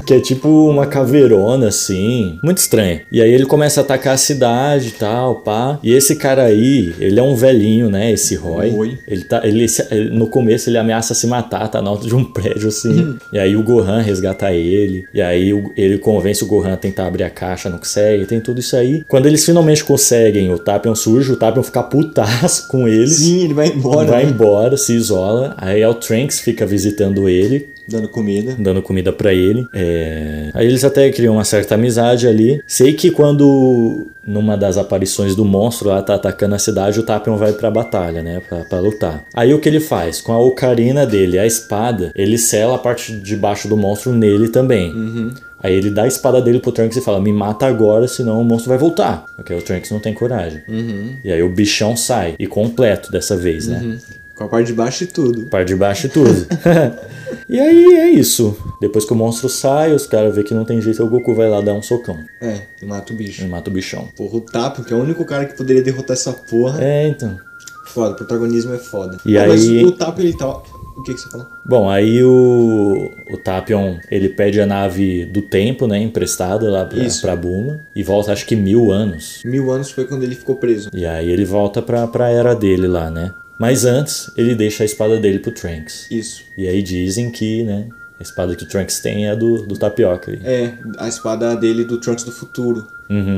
que é tipo uma caveirona, assim. Muito estranho. E aí ele começa a atacar a cidade e tal, pá. E esse cara aí, ele é um velhinho, né? Esse Roy.
Oi.
Ele tá, ele, se- ele- no começo ele ameaça se matar, tá na alta de um prédio,
Uhum.
assim. e aí o Gohan resgata ele. E aí o- ele convence o Gohan a tentar abrir a caixa, não consegue. Tem tudo isso aí. Quando eles finalmente conseguem, o Tapion surge, o Tapion fica putaço com eles.
Sim, ele vai embora.
vai
né?
embora, se isola. Aí é o Trunks fica visitando ele,
Dando comida.
dando comida pra ele. É, Aí eles até criam uma certa amizade ali. Sei que quando numa das aparições do monstro lá tá atacando a cidade, o Tapion vai pra batalha, né, Pra- Pra lutar. Aí o que ele faz? Com a ocarina dele, a espada, ele sela a parte de baixo do monstro nele também. Aí ele dá a espada dele pro Trunks e fala: Me mata agora, senão o monstro vai voltar. Porque o Trunks não tem coragem. E aí o bichão sai, e completo dessa vez, né?
Com a parte de baixo e tudo.
Par de baixo e tudo. e aí é isso. Depois que o monstro sai, os caras vê que não tem jeito, o Goku vai lá dar um socão
É, e mata o
e
bicho.
mata o bichão.
Porra, o Tapion, que é o único cara que poderia derrotar essa porra.
É, então.
Foda, o protagonismo é foda.
E
Ah, Mas
aí-
o Tapion, ele tá... O que que você falou?
Bom, aí o, o Tapion, ele pede a nave do tempo, né, emprestada lá pra,
Isso.
pra Buma e volta acho que mil anos.
Mil anos foi quando ele ficou preso.
E aí ele volta pra, pra era dele lá, né? Mas antes, ele deixa a espada dele pro Trunks.
Isso.
E aí dizem que, né, a espada que o Trunks tem é a do, do Tapioca.
É, a espada dele do Trunks do futuro.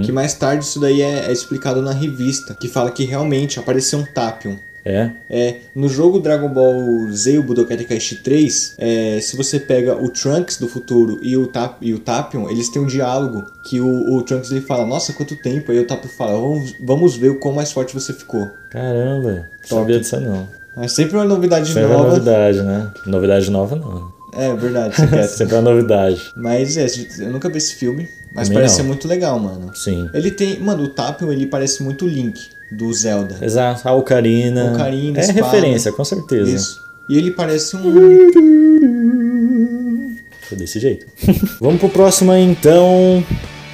Que mais tarde isso daí é, é explicado na revista, que fala que realmente apareceu um Tapion.
É?
É, no jogo Dragon Ball Z, o Budokai Tenkaichi 3, é, se você pega o Trunks do futuro e o, Tap, e o Tapion, eles têm um diálogo que o, o Trunks ele fala, nossa, quanto tempo, aí o Tapion fala, vamos, vamos ver o quão mais forte você ficou.
Caramba, não
Top.
sabia disso não.
Mas sempre uma novidade
Sempre é
nova.
novidade, né? Novidade nova não.
É, verdade, você quer.
Sempre é novidade.
Mas é, eu nunca vi esse filme, mas
Também
parece
não.
ser muito legal, mano.
Sim.
Ele tem. Mano, o Tapion ele parece muito o Link do Zelda.
Exato. A Ocarina.
Ocarina,
é
espada.
referência, com certeza.
Isso. E ele parece um.
é desse jeito. Vamos pro próximo aí, então.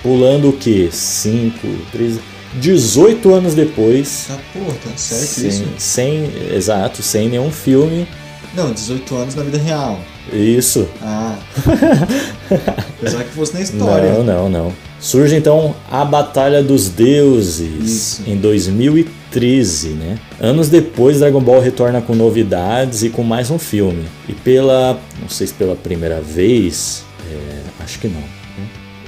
Pulando o quê? 5, 13. 18 anos depois.
Tá porra, tá certo isso?
Sem, sem- exato, sem nenhum filme.
Não, 18 anos na vida real.
Isso.
Ah. Apesar que fosse na história.
Não, não, não. Surge então a Batalha dos Deuses
Isso.
em 2013, né? Anos depois, Dragon Ball retorna com novidades e com mais um filme. E pela, não sei se pela primeira vez, é, acho que não. né?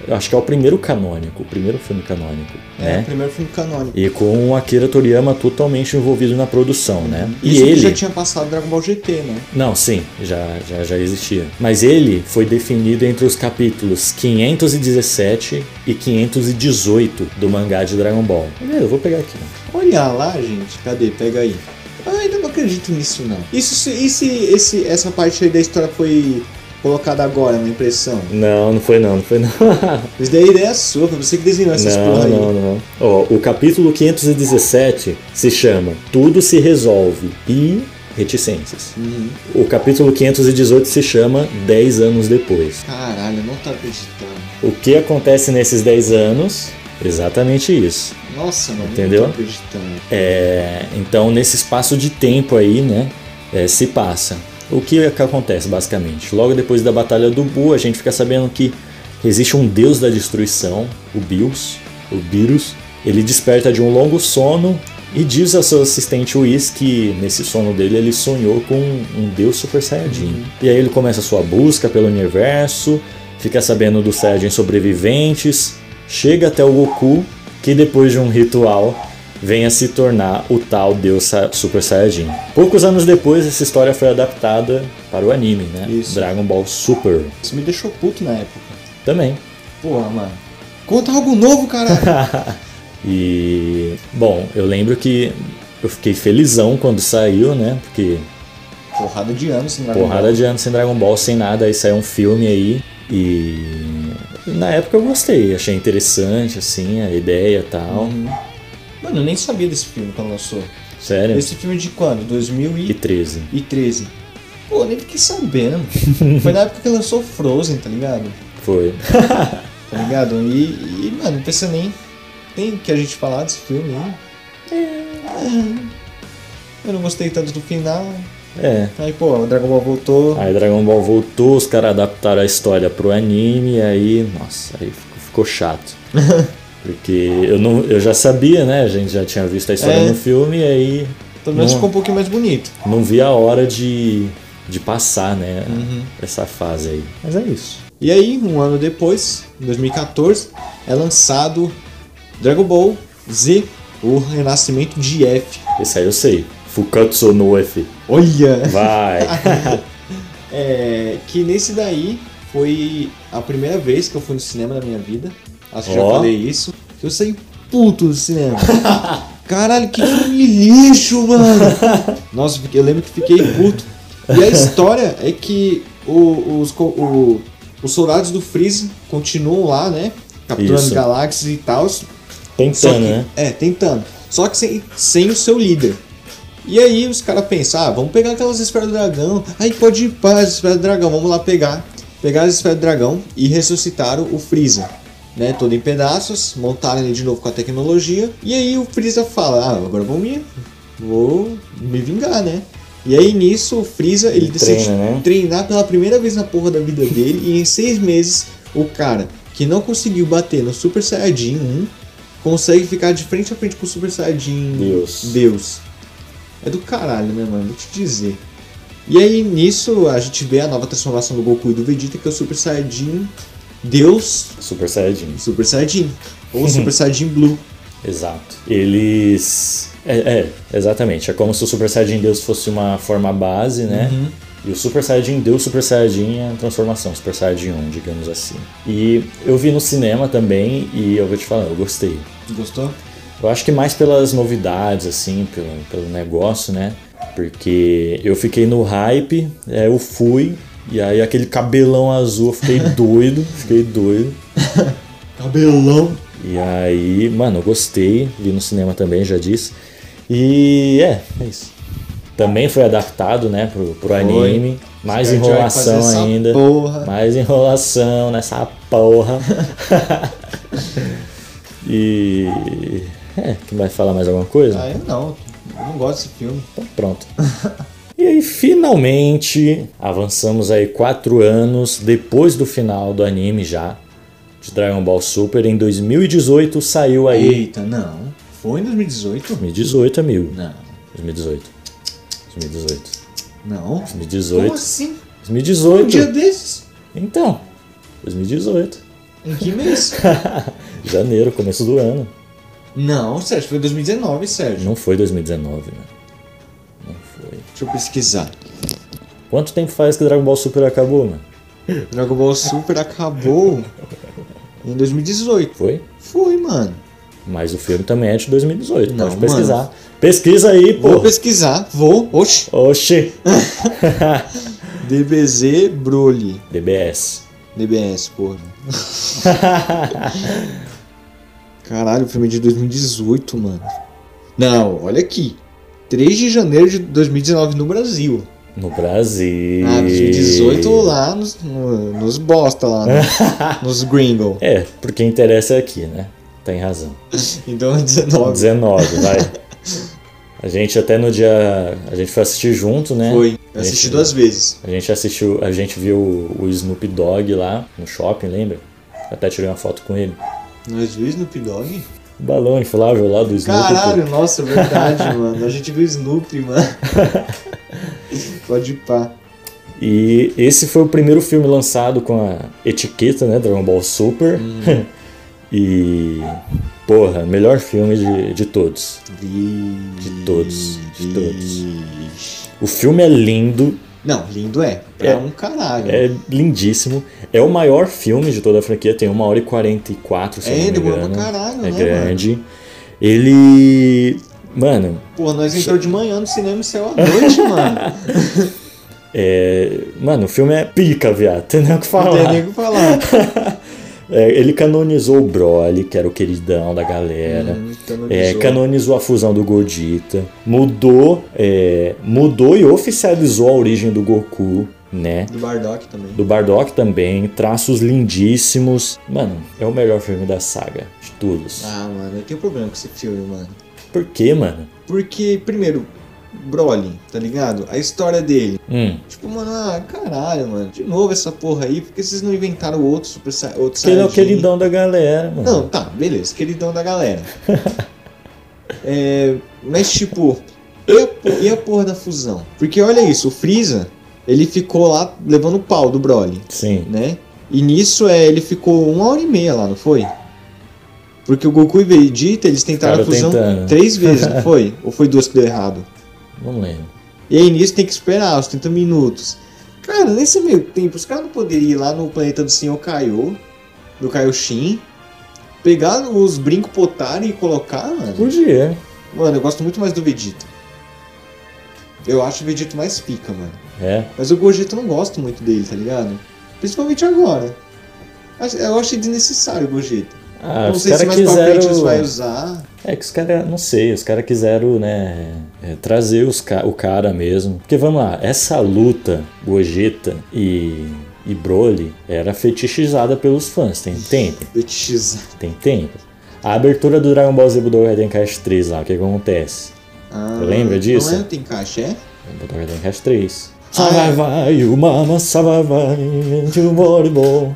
Eu acho que é o primeiro canônico, o primeiro filme canônico,
É, o
né?
primeiro filme canônico.
E com o Akira Toriyama totalmente envolvido na produção, né? E
Uhum. Isso que
ele
já tinha passado Dragon Ball GT, né?
não, sim, já, já, já existia. Mas ele foi definido entre os capítulos 517 e 518 do mangá de Dragon Ball. É, eu vou pegar aqui.
Olha lá, gente. Cadê? Pega aí. Eu ainda não acredito nisso, não. Isso, se- e se esse, essa parte aí da história foi colocada agora na impressão?
Não, não foi não, não foi não.
Isso daí é ideia sua, foi você que desenhou essas
não,
porra aí.
não, não. Ó, o capítulo 517 se chama Tudo se resolve e reticências. O capítulo 518 se chama 10 anos depois.
Caralho, eu não tô acreditando.
O que acontece nesses 10 anos? Exatamente isso.
Nossa, mano,
Entendeu?
não tô acreditando.
É, então, nesse espaço de tempo aí, né, é, se passa. O que, é que acontece, basicamente? Logo depois da Batalha do Bu, a gente fica sabendo que existe um deus da destruição, o Bios, o Virus. Ele desperta de um longo sono e diz a seu assistente Whis que nesse sono dele ele sonhou com um deus super saiyajin. E aí ele começa a sua busca pelo universo, fica sabendo dos saiyajin sobreviventes, chega até o Goku, que depois de um ritual venha se tornar o tal Deus Sa- Super Saiyajin. Poucos anos depois, essa história foi adaptada para o anime, né?
Isso.
Dragon Ball Super
Isso me deixou puto na época.
também.
Porra, mano. Conta algo novo, caralho.
E bom, eu lembro que eu fiquei felizão quando saiu, né? Porque
Porrada de anos sem Dragon
porrada de anos sem Dragon Ball, sem nada, aí saiu um filme aí e na época eu gostei, achei interessante assim a ideia e tal.
Uhum. Ball. Mano, eu nem sabia desse filme quando lançou.
Sério?
Esse filme de quando? 2013.
2013.
Pô, nem fiquei sabendo. Foi na época que lançou Frozen, tá ligado?
Foi.
Tá ligado? E, e, mano, não pensa nem. Tem que a gente falar desse filme aí. É. Eu não gostei tanto do final.
É.
Aí, pô, o Dragon Ball voltou.
Aí Dragon Ball voltou, os caras adaptaram a história pro anime, aí, nossa, aí ficou, ficou chato. Porque eu, não, eu já sabia, né? A gente já tinha visto a história
É.
no filme, e aí
Pelo menos
não-
ficou um pouquinho mais bonito.
não vi a hora de, de passar, né?
Uhum.
Essa fase aí. Mas é isso.
E aí, um ano depois, em 2014, é lançado Dragon Ball Z, o Renascimento de F.
Esse aí eu sei. Fukatsu no F.
Olha!
Vai!
É, que nesse daí foi a primeira vez que eu fui no cinema na minha vida. Acho que
Ó.
já falei isso. Que eu saí puto do cinema. Caralho, que filme lixo, mano! Nossa, eu fiquei- eu lembro que fiquei puto. E a história é que o- os, co- o- os soldados do Freeze continuam lá, né? Capturando
Isso.
galáxias e tal. Só
Tentando,
que-
né?
É, tentando. Só que sem, sem o seu líder. E aí os caras pensam, ah, vamos pegar aquelas esferas do dragão. Aí pode ir para as esferas do dragão, vamos lá pegar. Pegaram as esferas do dragão e ressuscitaram o Freeza. Né, todo em pedaços, montaram ele de novo com a tecnologia. E aí o Freeza fala, ah, agora vou me, vou me vingar, né? E aí nisso o Freeza, ele,
Ele
decide
treina, né?
treinar pela primeira vez na porra da vida dele. e em seis meses, o cara que não conseguiu bater no Super Saiyajin 1 consegue ficar de frente a frente com o Super Saiyajin
Deus.
Deus. É do caralho, né, mano? Vou te dizer. E aí, nisso, a gente vê a nova transformação do Goku e do Vegeta, que é o Super Saiyajin Deus
Super Saiyajin.
Super Saiyajin. Ou Super Saiyajin Blue.
Exato. Eles. É, é, exatamente. É como se o Super Saiyajin Deus fosse uma forma base, né? E o Super Saiyajin Deus, Super Saiyajin é a transformação, Super Saiyajin 1, digamos assim. E eu vi no cinema também e eu vou te falar, eu gostei.
Gostou?
Eu acho que mais pelas novidades, assim, pelo, pelo negócio, né? Porque eu fiquei no hype, é, eu fui, e aí aquele cabelão azul, eu fiquei doido, fiquei doido.
Cabelão.
E aí, mano, eu gostei, vi no cinema também, já disse. E é, é isso. Também foi adaptado, né, pro, pro anime. Mais
Os caras tiveram que
enrolação
fazer essa
ainda.
porra.
Mais enrolação nessa porra. e. É, que vai falar mais alguma coisa?
Ah, eu não. Eu não gosto desse filme.
Então, pronto. E aí, finalmente, avançamos aí quatro anos depois do final do anime já, de Dragon Ball Super. Em 2018 saiu aí.
Eita, não. Foi em 2018?
2018, amigo.
Não.
2018. 2018.
Não.
2018.
Como assim? Um
2018.
dia desses?
Então, 2018.
Em que mês?
Janeiro, começo do ano.
não, Sérgio, foi 2019, Sérgio.
Não foi 2019, né? Não foi.
Deixa eu pesquisar.
Quanto tempo faz que Dragon Ball Super acabou, né? mano?
Dragon Ball Super acabou em 2018.
Foi?
Foi, mano.
Mas o filme também é de 2018,
Não,
pode pesquisar. Pesquisa aí,
Vou
pô.
pesquisar, vou. Oxi.
Oxi.
DBZ Broly.
DBS.
DBS, porra. Caralho, o filme é de 2018, mano. Não, olha aqui. 3 de janeiro de 2019 no Brasil.
No Brasil.
Ah, 2018 lá nos, no- nos bosta lá, né? nos gringo.
É, porque interessa é aqui, né? Tem razão.
Então é 19.
19, vai. A gente até no dia. A gente foi assistir junto, né?
Foi.
A
Eu assisti
gente-
duas vezes.
A gente assistiu. A gente viu o Snoop Dogg lá no shopping, lembra? Até tirei uma foto com ele.
Nós vimos no Dogg?
O balão inflável lá do Snoop. pô.
Caralho, nossa, verdade, mano. A gente viu Snoopy, mano. Pode ir pá.
E esse foi o primeiro filme lançado com a etiqueta, né? Dragon Ball Super. e. Porra, melhor filme de, de todos. De todos. De todos. O filme é lindo,
Não, lindo é. Pra
É.
um caralho.
é lindíssimo. É o maior filme de toda a franquia, tem 1 hora e 44, se eu
É,
não me
demorou pra
engano.
caralho,
é
né,
grande. Ele. Mano,
Pô, nós entrou de manhã no cinema e saiu à noite, mano.
é. Mano, o filme é pica, viado. Tem nem o que
Não tem nem
falar.
o que falar.
É, ele canonizou o Broly, que era o queridão da galera.
Hum,
É,
canonizou.
canonizou a fusão do Godita, mudou, é, mudou e oficializou a origem do Goku, né?
Do Bardock também.
Do Bardock também, traços lindíssimos. Mano, é o melhor filme da saga de todos.
Ah, mano, eu tenho problema com esse filme, mano.
Por quê, mano?
Porque, primeiro, Broly, tá ligado? A história dele.
Hum,
Tipo, mano, ah, caralho, mano. De novo essa porra aí, por que vocês não inventaram outro Super Sai- outro
porque ele é o
Saiyajin?
queridão da galera, mano.
Não, tá, beleza, queridão da galera. É, mas tipo, e a, po- e a porra da fusão? Porque olha isso, o Freeza, ele ficou lá levando pau do Broly,
Sim,
né? E nisso é, ele ficou uma hora e meia lá, não foi? Porque o Goku e Vegeta, eles tentaram a
Ficaram
fusão
tentando.
três vezes, não foi? Ou foi duas que deu errado?
não lembro.
E aí nisso tem que esperar os 30 minutos. Cara, nesse meio tempo, os caras não poderiam ir lá no planeta do Senhor Kaiô, do Kaioshin, pegar os brincos Potara e colocar, mano.
Podia.
Mano, eu gosto muito mais do Vegeta. Eu acho o Vegeta mais pica, mano.
É,
Mas o Gogeta eu não gosto muito dele, tá ligado? Principalmente agora. Acho- Eu achei desnecessário o Gogeta.
Ah,
não
os
sei se
caras
mais pra
quiseram.
frente eles vão usar.
É que os caras, não sei, os caras quiseram, né, é, trazer os ca- o cara mesmo. Porque vamos lá, essa luta, Gogeta e, e Broly, era fetichizada pelos fãs, tem tempo,
Fetichizar.
tem tempo. A abertura do Dragon Ball Z Budokai Tenkaichi 3 lá, o que que acontece?
Ah,
lembra disso?
Não é o Tenkaichi, é?
Budokai Tenkaichi 3.
Ah, é.
Vai, vai, o mama, vai, vai, de um moribom.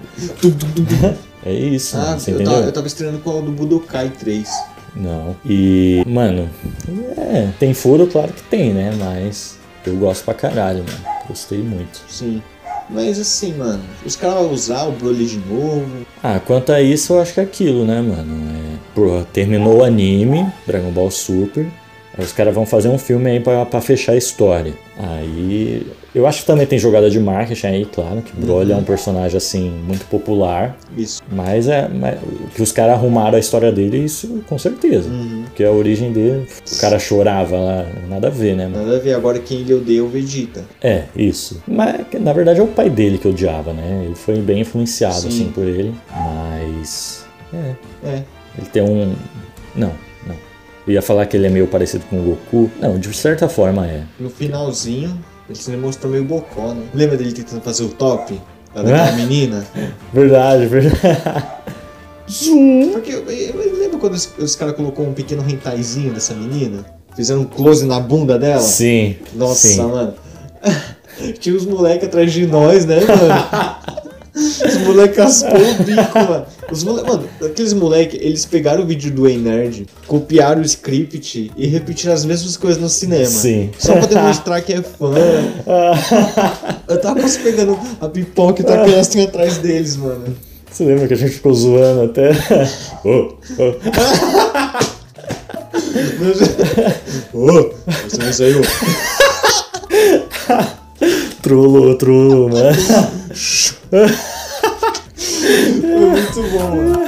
É isso,
Ah,
mano, você
eu
entendeu?
tava, eu tava estranhando com o do Budokai 3.
Não. E, mano, é, tem furo, claro que tem, né? Mas eu gosto pra caralho, mano. Gostei muito.
Sim. Mas assim, mano, os caras vão usar o Broly de novo.
Ah, quanto a isso, eu acho que é aquilo, né, mano? É, porra, terminou o anime, Dragon Ball Super. Aí os caras vão fazer um filme aí pra, pra fechar a história. Aí. Eu acho que também tem jogada de marketing aí, claro, que Broly
Uhum.
é um personagem, assim, muito popular.
Isso.
Mas é. mas o que os caras arrumaram a história dele, isso com certeza. Porque a origem dele, o cara chorava lá, nada a ver, né, mano?
Nada a ver agora quem ele odeia é o Vegeta.
É, isso. Mas na verdade é o pai dele que odiava, né? Ele foi bem influenciado
Sim.
assim por ele, mas
É.
ele tem um não, não. Ia falar que ele é meio parecido com o Goku. Não, de certa forma é.
No finalzinho, ele se mostrou meio bocó, né? Lembra dele tentando fazer o top? Da
É?
daquela menina?
Verdade, verdade.
Porque eu, eu- eu lembro quando os, os caras colocou um pequeno hentaizinho dessa menina? Fizeram um close na bunda dela?
Sim.
Nossa,
sim.
mano. Tinha os moleques atrás de nós, né, mano? Os moleques raspou o bico, mano. Os mole... Mano, aqueles moleques, eles pegaram o vídeo do Ei Nerd, copiaram o script e repetiram as mesmas coisas no cinema.
Sim.
Só pra demonstrar que é fã. Eu tava quase pegando a pipoca e tacando assim atrás deles, mano.
Você lembra que a gente ficou zoando até? Ô, ô.
Ô, você não saiu.
Trulo, trulo, né?
Foi muito bom, mano.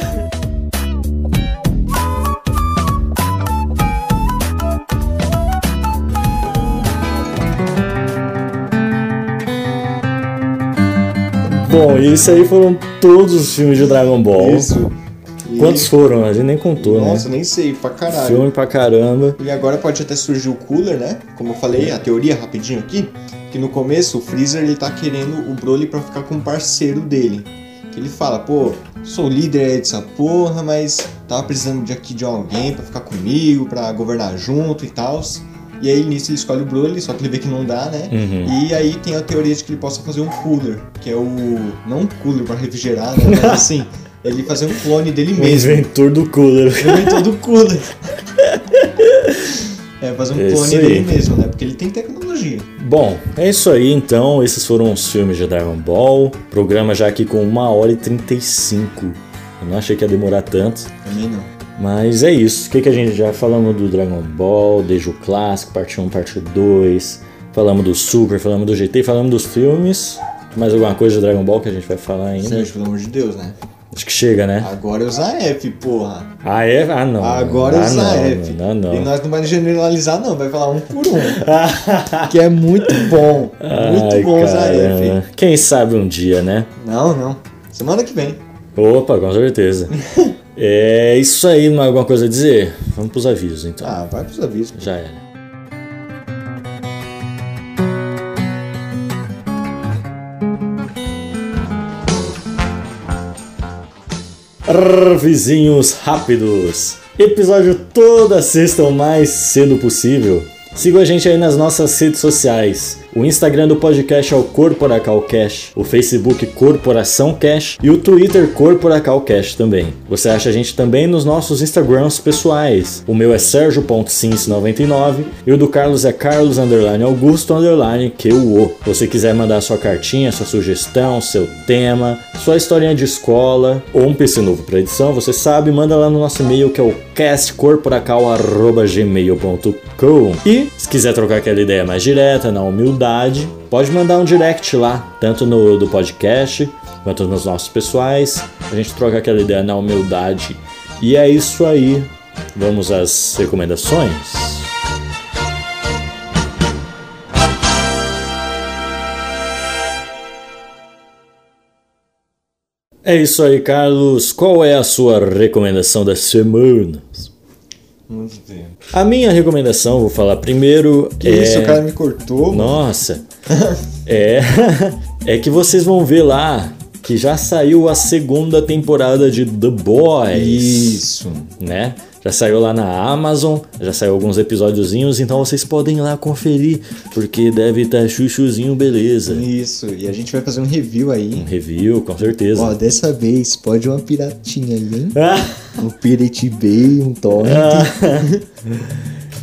Bom, e isso aí foram todos os filmes de Dragon Ball.
Isso. E-
Quantos foram? A gente nem contou,
Nossa,
né?
nem sei, pra caralho.
Filme pra caramba.
E agora pode até surgir o Cooler, né? Como eu falei, a teoria rapidinho aqui, que no começo o Freezer ele tá querendo o Broly pra ficar com o parceiro dele. Que ele fala, pô, sou líder aí dessa porra, mas tava precisando de aqui de alguém pra ficar comigo, pra governar junto e tal. E aí nisso ele escolhe o Broly, só que ele vê que não dá, né? E aí tem a teoria de que ele possa fazer um cooler, que é o. Não um cooler pra refrigerar, né? Mas assim, ele fazer um clone dele
O
mesmo.
inventor do cooler.
Inventou do né? cooler. É, fazer um
É
clone
isso aí.
dele mesmo, né? Porque ele tem tecnologia.
Bom, é isso aí então. Esses foram os filmes de Dragon Ball. Programa já aqui com 1 hora e 35. Eu não achei que ia demorar tanto.
Também não.
Mas é isso. O que, que a gente já falamos do Dragon Ball, desde o clássico, parte 1, parte 2. Falamos do Super, falamos do GT, falamos dos filmes. Mais alguma coisa de Dragon Ball que a gente vai falar ainda?
Sérgio, pelo amor de Deus, né?
Acho que chega, né?
Agora é o Zaef, porra.
Ah, é? Ah, não.
Agora é
ah,
o Zaef.
não, não,
E
não.
nós não vamos generalizar, não. Vai falar um por um. que é muito bom. Muito
Ai,
bom o
caramba.
Zaef.
Quem sabe um dia, né?
Não, não. Semana que vem.
Opa, com certeza. é isso aí, não é alguma coisa a dizer? Vamos pros avisos, então.
Ah, vai pros avisos.
Já era. Arr, Vizinhos rápidos! Episódio toda sexta o mais cedo possível. Siga a gente aí nas nossas redes sociais. O Instagram do podcast é o Corporacal Cash, o Facebook Corporação Cash e o Twitter Corporacal Cash também. Você acha a gente também nos nossos Instagrams pessoais. O meu é sergio.sins99 e o do Carlos é carlos underline augusto underline QO. Você quiser mandar sua cartinha, sua sugestão, seu tema, sua historinha de escola ou um PC novo para edição, você sabe, manda lá no nosso e-mail que é o castcorporacal@gmail.com. E se quiser trocar aquela ideia mais direta, na humildade, pode mandar um direct lá, tanto no do podcast quanto nos nossos pessoais. A gente troca aquela ideia na humildade. E é isso aí. Vamos às recomendações. É isso aí, Carlos. Qual é a sua recomendação da semana?
Muito tempo.
A minha recomendação, vou falar primeiro.
Que
é...
isso, o cara me cortou.
Nossa! é. é que vocês vão ver lá que já saiu a segunda temporada de The Boys.
Isso.
Né? Já saiu lá na Amazon, já saiu alguns episódiozinhos, então vocês podem ir lá conferir, porque deve estar chuchuzinho, beleza.
Isso. E a gente vai fazer um review aí.
Uhum. Review, com certeza.
Ó, dessa vez pode uma piratinha aí, hein? Um Pirate Bay, um Torrent.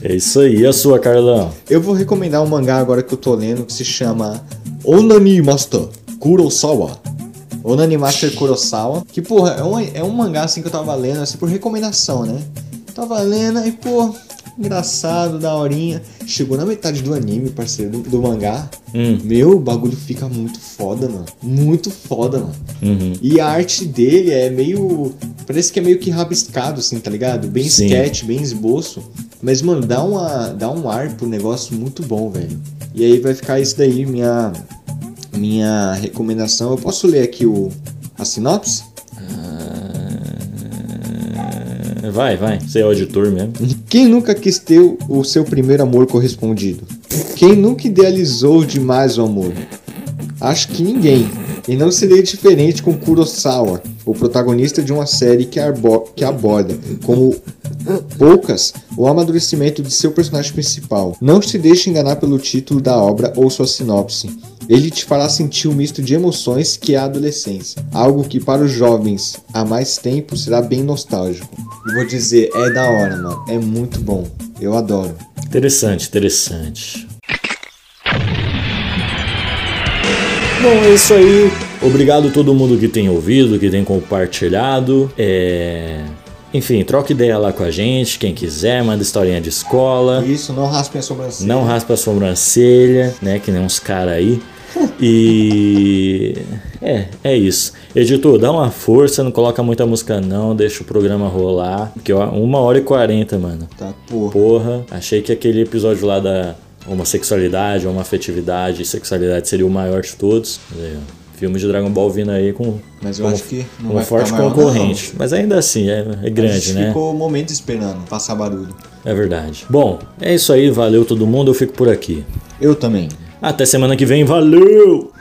É isso aí, e a sua, Carlão.
Eu vou recomendar um mangá agora que eu tô lendo que se chama Onani Master Kurosawa. Onani Master Kurosawa. Que, porra, é um, é um mangá assim que eu tava lendo, assim, por recomendação, né? Tava lendo aí, pô, engraçado, daorinha. Chegou na metade do anime, parceiro, do, do mangá.
Hum,
Meu, o bagulho fica muito foda, mano. Muito foda, mano.
uhum.
E a arte dele é meio. Parece que é meio que rabiscado, assim, tá ligado? Bem
Sim.
sketch sketch, bem esboço. Mas, mano, dá, uma, dá um ar pro negócio muito bom, velho. E aí vai ficar isso daí, minha, minha recomendação. Eu Ah. posso ler aqui o, a sinopse?
Vai, vai. Você é auditor mesmo.
Quem nunca quis ter o seu primeiro amor correspondido? Quem nunca idealizou demais o amor? Acho que ninguém. E não seria diferente com Kurosawa, o protagonista de uma série que, arbo- que aborda, como poucas, o amadurecimento de seu personagem principal. Não se deixe enganar pelo título da obra ou sua sinopse. Ele te fará sentir um misto de emoções que é a adolescência, algo que para os jovens há mais tempo será bem nostálgico. E vou dizer, é da hora, mano, é muito bom, eu adoro.
Interessante, interessante. Bom, é isso aí. Obrigado a todo mundo que tem ouvido, que tem compartilhado. É... Enfim, troca ideia lá com a gente, quem quiser, manda historinha de escola.
Isso, não raspem a sobrancelha.
Não raspa a sobrancelha, né? Que nem uns caras aí. E. É, é isso. Editor, dá uma força, não coloca muita música não, deixa o programa rolar. Porque ó, uma hora e quarenta, mano.
Tá, porra.
Porra, achei que aquele episódio lá da homossexualidade, homoafetividade e sexualidade seria o maior de todos. Mas aí, ó, Filme de Dragon Ball vindo aí com
Mas eu
com-
acho que não
com
vai
forte
ficar maior,
concorrente. Mas ainda assim, é, é
A
grande,
gente
né?
ficou momentos esperando passar barulho.
É verdade. Bom, é isso aí. Valeu todo mundo. Eu fico por aqui.
Eu também.
Até semana que vem. Valeu!